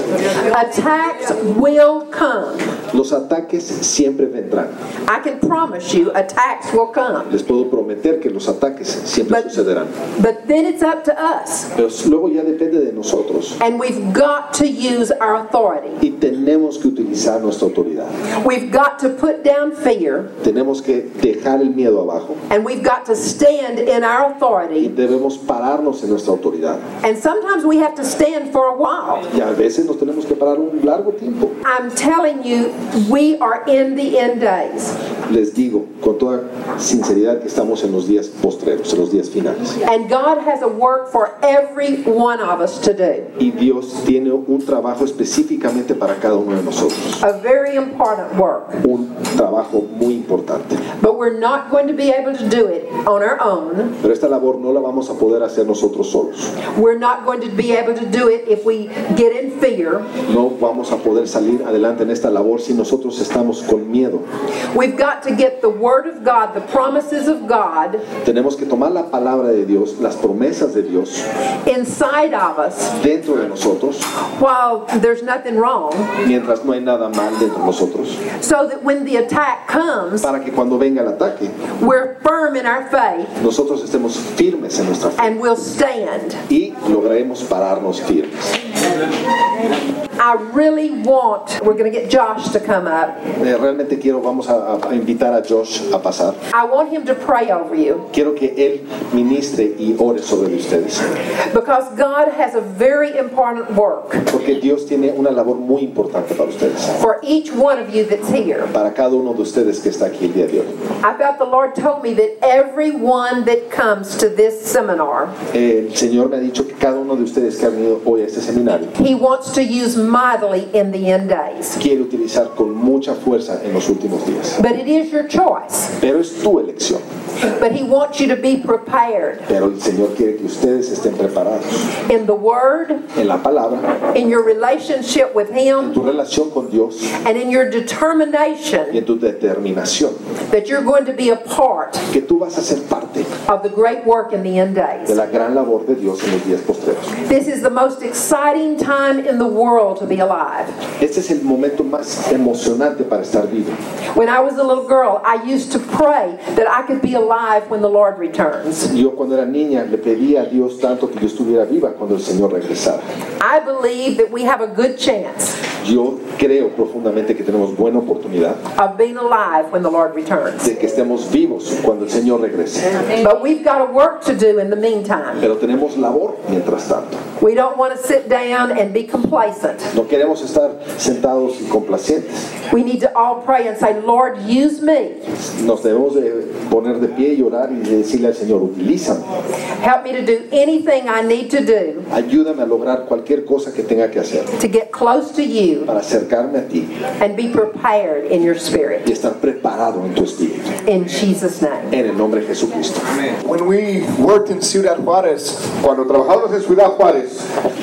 Speaker 1: Attacks will come.
Speaker 2: Los ataques siempre vendrán.
Speaker 1: I can promise you, attacks will come.
Speaker 2: Les puedo prometer que los ataques siempre
Speaker 1: But-
Speaker 2: sucederán.
Speaker 1: But then it's up to us.
Speaker 2: Pero luego ya depende de nosotros
Speaker 1: And we've got to use our authority.
Speaker 2: y tenemos que utilizar nuestra autoridad.
Speaker 1: We've got to put down fear
Speaker 2: Tenemos que dejar el miedo abajo
Speaker 1: and we've got to stand in our
Speaker 2: y
Speaker 1: authority.
Speaker 2: debemos pararnos en nuestra autoridad.
Speaker 1: And sometimes we have to stand for a while.
Speaker 2: Y a veces nos tenemos que parar un largo tiempo.
Speaker 1: I'm telling you, we are in the end days.
Speaker 2: Les digo con toda sinceridad que estamos en los días postreros, en los días finales.
Speaker 1: And God has a work for every one of us to do,
Speaker 2: Y Dios tiene un trabajo específicamente para cada uno de nosotros.
Speaker 1: a very important work.
Speaker 2: Un trabajo muy importante.
Speaker 1: But we're not going to be able to do it on our own.
Speaker 2: Pero esta labor no la vamos a poder hacer nosotros solos.
Speaker 1: We're not going to be able to do it if we get in fear.
Speaker 2: No vamos a poder salir adelante en esta labor si nosotros estamos con miedo.
Speaker 1: We've got to get the Word of God, the promises of God,
Speaker 2: Tenemos que tomar la palabra de Dios, las promesas de Dios
Speaker 1: inside of us
Speaker 2: dentro de nosotros,
Speaker 1: while there's nothing wrong,
Speaker 2: mientras no hay nada mal dentro de nosotros,
Speaker 1: so that when the attack comes,
Speaker 2: para que cuando venga el ataque,
Speaker 1: we're firm in our faith
Speaker 2: nosotros estemos firmes en nuestra fe
Speaker 1: and we'll stand.
Speaker 2: y lograremos pararnos firmes.
Speaker 1: I really want, we're going to get Josh to come up.
Speaker 2: Eh, realmente quiero, vamos a, a- a invitar a Josh a pasar.
Speaker 1: I want him to pray over you
Speaker 2: Quiero que él ministre y ore sobre ustedes,
Speaker 1: because God has a very important work
Speaker 2: porque Dios tiene una labor muy importante para ustedes.
Speaker 1: for each one of you that's here.
Speaker 2: para cada uno de ustedes que está aquí el día de hoy.
Speaker 1: I felt the Lord told me that everyone that comes to this seminar,
Speaker 2: Eh, El Señor me ha dicho que cada uno de ustedes que ha venido hoy a este seminario
Speaker 1: He wants to use mightily in the end days.
Speaker 2: quiere utilizar con mucha fuerza en los últimos días.
Speaker 1: But it is your choice.
Speaker 2: Pero es tu elección.
Speaker 1: But He wants you to be prepared
Speaker 2: Pero el Señor quiere que ustedes estén preparados
Speaker 1: in the Word,
Speaker 2: en la palabra,
Speaker 1: in your relationship with
Speaker 2: en
Speaker 1: Him,
Speaker 2: tu relación con Dios
Speaker 1: and in your
Speaker 2: y
Speaker 1: determination
Speaker 2: en tu determinación,
Speaker 1: that you're going to be a part
Speaker 2: que tú vas a ser parte
Speaker 1: of the great work in the end
Speaker 2: de
Speaker 1: days.
Speaker 2: la gran labor de Dios en los días postreros.
Speaker 1: This is the most exciting time in the world to be alive.
Speaker 2: Este es el momento más emocionante para estar vivo.
Speaker 1: When I was a little girl, I used to pray that I could be alive when the Lord returns.
Speaker 2: Yo cuando era niña le pedía a Dios tanto que yo estuviera viva cuando el Señor regresara.
Speaker 1: I believe that we have a good chance
Speaker 2: Yo creo profundamente que tenemos buena oportunidad
Speaker 1: of being alive when the Lord returns.
Speaker 2: de que estemos vivos cuando el Señor regrese.
Speaker 1: But we've got a work to do in the meantime.
Speaker 2: Pero tenemos labor mientras tanto.
Speaker 1: We don't want to sit down and be complacent.
Speaker 2: No queremos estar sentados y complacientes.
Speaker 1: We need to all pray and say, Lord, use me.
Speaker 2: Nos debemos de poner de pie y orar y decirle al Señor, utilízame,
Speaker 1: Help me to do anything I need to do
Speaker 2: ayúdame a lograr cualquier cosa que tenga que hacer
Speaker 1: to get close to you
Speaker 2: para acercarme a ti
Speaker 1: and be prepared in your spirit.
Speaker 2: y estar preparado en tu espíritu.
Speaker 1: In Jesus' name.
Speaker 2: En el nombre de Jesucristo.
Speaker 4: When we worked in Ciudad Juárez,
Speaker 5: Cuando trabajamos en Ciudad Juárez,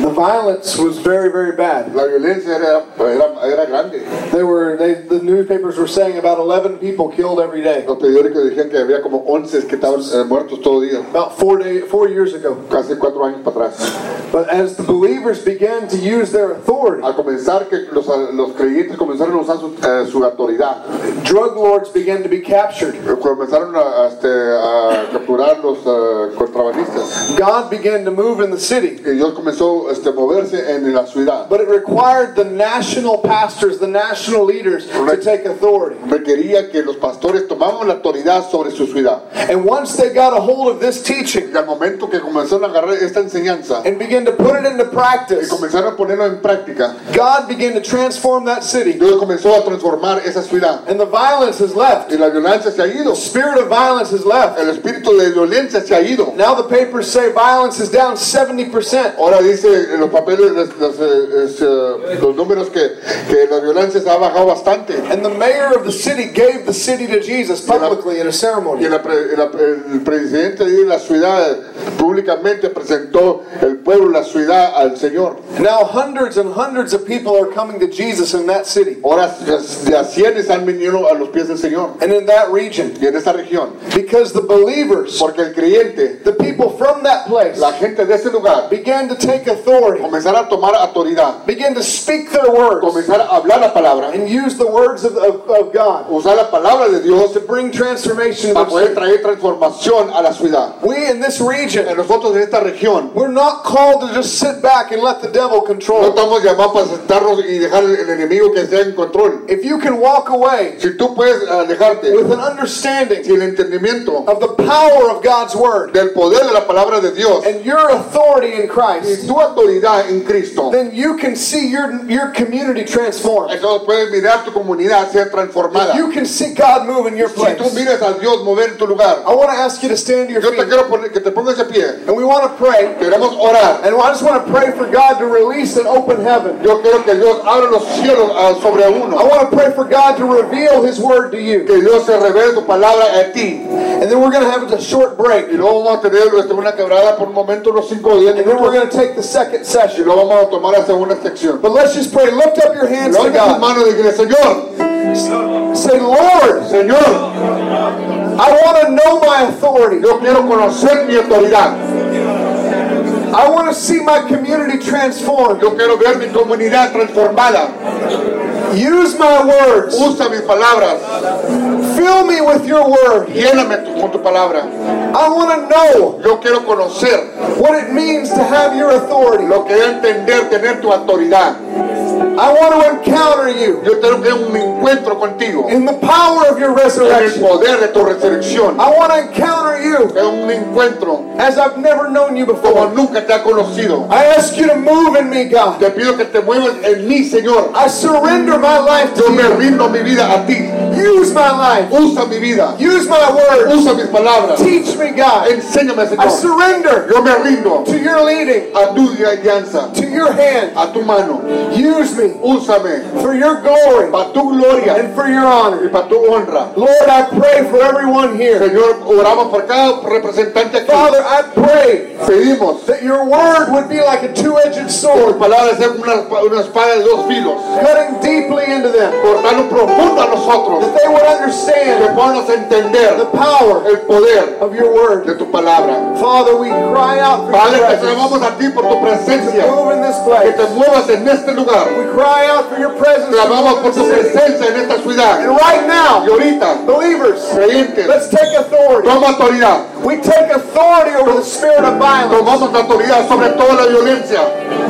Speaker 4: the violence was very, very bad.
Speaker 5: la violencia era, era, era grande.
Speaker 4: They were, they, the newspapers were saying about 11 people killed every day.
Speaker 5: Los periódicos decían que había como 11 que estaban eh, muertos todo día,
Speaker 4: About four day, four years ago.
Speaker 5: casi cuatro años para atrás.
Speaker 4: But as the believers began to use their authority,
Speaker 5: Al comenzar, que los, los creyentes comenzaron a usar su, eh, su autoridad.
Speaker 4: drug lords began to be captured.
Speaker 5: Comenzaron a, a, este, a capturar los eh, contrabandistas.
Speaker 4: God began to move in the city.
Speaker 5: Y Dios comenzó este, a moverse en la ciudad.
Speaker 4: But it required the national pastors, the national leaders to take authority.
Speaker 5: Requería que los pastores tomaban la autoridad sobre su ciudad.
Speaker 4: And once they got a hold of this
Speaker 5: Y
Speaker 4: teaching
Speaker 5: al momento que comenzaron a agarrar esta enseñanza
Speaker 4: and began to put it into
Speaker 5: y
Speaker 4: practice,
Speaker 5: comenzaron a ponerlo en práctica,
Speaker 4: God began to transform that city.
Speaker 5: Dios comenzó a transformar esa ciudad.
Speaker 4: And the violence has
Speaker 5: Y
Speaker 4: left.
Speaker 5: la violencia se ha ido.
Speaker 4: The spirit of violence has left.
Speaker 5: El espíritu de violencia se ha ido.
Speaker 4: Now the papers say violence is down 70%.
Speaker 5: Ahora dice en los papeles, los, los, eh, es, eh, los números que, que la violencia se ha bajado bastante.
Speaker 4: And the mayor of the city gave the city to Jesus publicly in a
Speaker 5: Y
Speaker 4: ceremony.
Speaker 5: la pre- la- el presidente de la ciudad públicamente presentó el pueblo, la ciudad al Señor.
Speaker 4: Now hundreds and hundreds of people are coming to Jesus in that city
Speaker 5: Horas de a cienes han venido a los pies del Señor
Speaker 4: and in that region
Speaker 5: y en esa región.
Speaker 4: because the believers,
Speaker 5: Porque el creyente,
Speaker 4: the people from that place,
Speaker 5: la gente de ese lugar,
Speaker 4: began to take authority,
Speaker 5: comenzar a tomar autoridad,
Speaker 4: began to speak their words
Speaker 5: comenzar a hablar la palabra,
Speaker 4: and use the words of, of, of God
Speaker 5: usar la palabra de Dios
Speaker 4: to bring transformation to
Speaker 5: para
Speaker 4: the
Speaker 5: poder
Speaker 4: city.
Speaker 5: traer transformación a la ciudad.
Speaker 4: We in this region,
Speaker 5: Nosotros en esta región
Speaker 4: we're not called to just sit back and let the devil
Speaker 5: no
Speaker 4: control.
Speaker 5: estamos llamados para sentarnos y dejar el el enemigo que sea en control.
Speaker 4: If you can walk away
Speaker 5: Si tú puedes alejarte
Speaker 4: with an understanding
Speaker 5: sin entendimiento
Speaker 4: of the power of God's word
Speaker 5: del poder de la palabra de Dios
Speaker 4: and your authority in
Speaker 5: y
Speaker 4: Christ,
Speaker 5: tu autoridad en Cristo,
Speaker 4: then you can see your, your community transformed.
Speaker 5: entonces puedes mirar tu comunidad ser transformada.
Speaker 4: You can see God move in your
Speaker 5: Si
Speaker 4: place.
Speaker 5: tú miras a Dios mover tu lugar,
Speaker 4: I want to ask you to stand to your
Speaker 5: yo te
Speaker 4: feet
Speaker 5: quiero poner, que te pongas de pie.
Speaker 4: and we want to pray.
Speaker 5: Queremos orar.
Speaker 4: And I just want to pray for God to release and open heaven.
Speaker 5: Yo quiero que Dios abra los cielos ah, sobre
Speaker 4: I
Speaker 5: uno.
Speaker 4: want to pray for God to reveal His word to you.
Speaker 5: Que Dios se revele tu palabra a ti.
Speaker 4: And then we're going to have a short break.
Speaker 5: Y luego vamos a tener este, una quebrada por un momento, unos 5 o 10
Speaker 4: And then we're
Speaker 5: minutos.
Speaker 4: going to take the second
Speaker 5: Y
Speaker 4: session.
Speaker 5: luego vamos a tomar la segunda sección.
Speaker 4: But let's just pray. Lift up your hands to
Speaker 5: Levanta tus
Speaker 4: God.
Speaker 5: manos y dile, Señor,
Speaker 4: Say, Lord,
Speaker 5: Señor,
Speaker 4: I want to know my authority.
Speaker 5: yo quiero conocer mi autoridad.
Speaker 4: I want to see my community transformed.
Speaker 5: Yo quiero ver mi comunidad transformada.
Speaker 4: Use my words.
Speaker 5: Usa mis palabras.
Speaker 4: Fill me with your word.
Speaker 5: Lléname tu- con tu palabra.
Speaker 4: I want to know
Speaker 5: Yo quiero conocer
Speaker 4: what it means to have your authority.
Speaker 5: lo que es entender, tener tu autoridad.
Speaker 4: I want to encounter you
Speaker 5: Yo quiero que un encuentro contigo.
Speaker 4: in the power of your
Speaker 5: En el
Speaker 4: resurrection.
Speaker 5: poder de tu resurrección.
Speaker 4: I want to encounter you
Speaker 5: Es un encuentro
Speaker 4: as I've never known you
Speaker 5: como
Speaker 4: before.
Speaker 5: nunca te ha conocido.
Speaker 4: I ask you to move in me, God.
Speaker 5: Te pido que te muevas en mí, Señor.
Speaker 4: I surrender my life
Speaker 5: Yo me
Speaker 4: to
Speaker 5: rindo mi vida a ti.
Speaker 4: you. Use my life.
Speaker 5: Usa mi vida.
Speaker 4: Use my words.
Speaker 5: Usa mis palabras.
Speaker 4: Teach me, God.
Speaker 5: Enséñame,
Speaker 4: I
Speaker 5: Señor.
Speaker 4: surrender
Speaker 5: Yo me rindo
Speaker 4: to your leading,
Speaker 5: a tu alianza,
Speaker 4: to your hand.
Speaker 5: a tu mano.
Speaker 4: Use me
Speaker 5: Úsame
Speaker 4: for your glory
Speaker 5: para tu gloria
Speaker 4: and for your
Speaker 5: y
Speaker 4: honor.
Speaker 5: para tu honra.
Speaker 4: Lord, I pray for everyone here.
Speaker 5: Señor, oramos por cada representante aquí.
Speaker 4: Father, I pray
Speaker 5: Pedimos
Speaker 4: that your word would be like a two-edged
Speaker 5: que tu
Speaker 4: sword,
Speaker 5: palabra sea una, una espada de dos filos.
Speaker 4: cutting deeply into them,
Speaker 5: Cortando profundo a nosotros.
Speaker 4: that they would
Speaker 5: Que
Speaker 4: understand
Speaker 5: podamos
Speaker 4: the
Speaker 5: entender
Speaker 4: power
Speaker 5: el poder
Speaker 4: of your word.
Speaker 5: de tu palabra.
Speaker 4: Father, we cry out for
Speaker 5: Padre,
Speaker 4: your
Speaker 5: te
Speaker 4: presence
Speaker 5: clamamos a ti por tu
Speaker 4: to
Speaker 5: presencia,
Speaker 4: move in this
Speaker 5: que te
Speaker 4: place.
Speaker 5: muevas en este lugar.
Speaker 4: We cry out for your presence to
Speaker 5: Clamamos
Speaker 4: move in
Speaker 5: por
Speaker 4: the
Speaker 5: tu
Speaker 4: city.
Speaker 5: presencia en esta
Speaker 4: And
Speaker 5: ciudad.
Speaker 4: right
Speaker 5: Y
Speaker 4: now,
Speaker 5: ahorita,
Speaker 4: believers,
Speaker 5: creyentes,
Speaker 4: let's take authority.
Speaker 5: toma autoridad.
Speaker 4: We take authority over the spirit of violence.
Speaker 5: Tomamos autoridad sobre toda la violencia.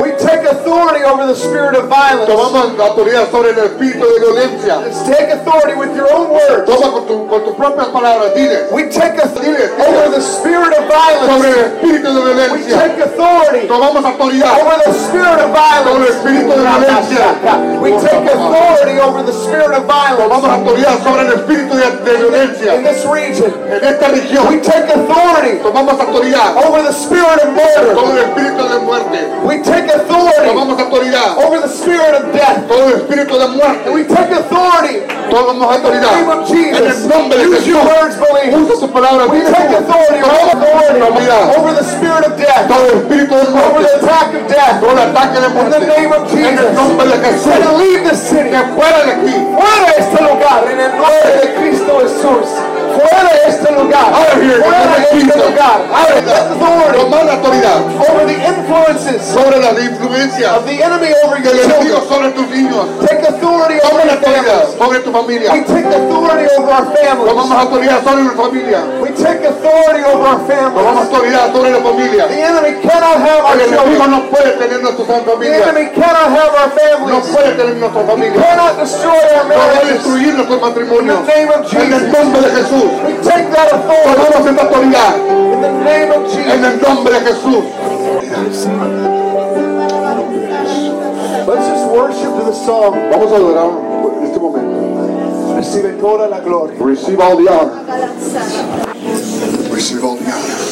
Speaker 4: We take authority over the spirit of violence.
Speaker 5: Tomamos autoridad sobre el espíritu de violencia.
Speaker 4: Let's take authority with your own words.
Speaker 5: Toma con, tu- con tus propias palabras, dile,
Speaker 4: We take authority over the spirit of violence.
Speaker 5: sobre el espíritu de
Speaker 4: We
Speaker 5: violencia.
Speaker 4: take authority
Speaker 5: Tomamos autoridad
Speaker 4: over the spirit of
Speaker 5: sobre el
Speaker 4: violence.
Speaker 5: espíritu de violencia.
Speaker 4: We take authority over the spirit of violence
Speaker 5: Tomamos autoridad sobre el espíritu de, de
Speaker 4: in
Speaker 5: violencia.
Speaker 4: this region.
Speaker 5: En esta
Speaker 4: We
Speaker 5: región,
Speaker 4: take authority
Speaker 5: tomamos autoridad
Speaker 4: over the spirit of murder.
Speaker 5: Todo el espíritu de muerte.
Speaker 4: We take authority
Speaker 5: Tomamos autoridad.
Speaker 4: over the spirit of death.
Speaker 5: Todo el espíritu de muerte.
Speaker 4: We take authority
Speaker 5: Tomamos
Speaker 4: in the name
Speaker 5: autoridad.
Speaker 4: of
Speaker 5: En
Speaker 4: Jesus.
Speaker 5: el nombre de
Speaker 4: Use your
Speaker 5: Jesús.
Speaker 4: words, believe.
Speaker 5: Usa su palabra.
Speaker 4: We
Speaker 5: Dile,
Speaker 4: take
Speaker 5: Señor,
Speaker 4: authority,
Speaker 5: tomamos
Speaker 4: authority
Speaker 5: autoridad.
Speaker 4: over the spirit of death,
Speaker 5: Todo el espíritu de
Speaker 4: over
Speaker 5: muerte.
Speaker 4: the attack of death.
Speaker 5: Todo el ataque de
Speaker 4: In the
Speaker 5: muerte.
Speaker 4: name of
Speaker 5: En el
Speaker 4: Jesus.
Speaker 5: nombre de Jesús.
Speaker 4: Para leave this city.
Speaker 5: Que fuera de aquí.
Speaker 4: Fuera este lugar en el nombre de Cristo Jesús. Fuera este lugar.
Speaker 5: Out of here. in the
Speaker 4: Fuera
Speaker 5: name of
Speaker 4: este
Speaker 5: Jesus.
Speaker 4: lugar.
Speaker 5: Out of here.
Speaker 4: Authority
Speaker 5: Tomar la autoridad
Speaker 4: over the influences
Speaker 5: sobre las influencias
Speaker 4: of the enemy over
Speaker 5: que
Speaker 4: your
Speaker 5: le enemigo
Speaker 4: children.
Speaker 5: sobre tus niños.
Speaker 4: Take authority over
Speaker 5: Toma la
Speaker 4: your
Speaker 5: autoridad
Speaker 4: families.
Speaker 5: sobre tu
Speaker 4: We
Speaker 5: familia.
Speaker 4: take authority over our
Speaker 5: Tomamos
Speaker 4: families.
Speaker 5: autoridad sobre la familia.
Speaker 4: We take authority over our
Speaker 5: Tomamos
Speaker 4: families.
Speaker 5: autoridad sobre la familia.
Speaker 4: The enemy cannot have our
Speaker 5: El enemigo
Speaker 4: children.
Speaker 5: no puede tener nuestra
Speaker 4: The
Speaker 5: familia.
Speaker 4: enemy cannot have our
Speaker 5: No
Speaker 4: families.
Speaker 5: puede tener nuestra familia.
Speaker 4: Cannot destroy our
Speaker 5: No va a
Speaker 4: marriages.
Speaker 5: destruir nuestro matrimonio.
Speaker 4: In the name of
Speaker 5: En el
Speaker 4: Jesus.
Speaker 5: nombre de Jesús.
Speaker 4: We take that authority
Speaker 5: Tomamos esta autoridad.
Speaker 4: in the name of
Speaker 5: En
Speaker 4: Jesus.
Speaker 5: el nombre de Jesús.
Speaker 4: Let's just worship to the song.
Speaker 5: Vamos a adorar en este momento.
Speaker 4: Recibe toda la gloria.
Speaker 5: Receive all the honor. Receive all the honor.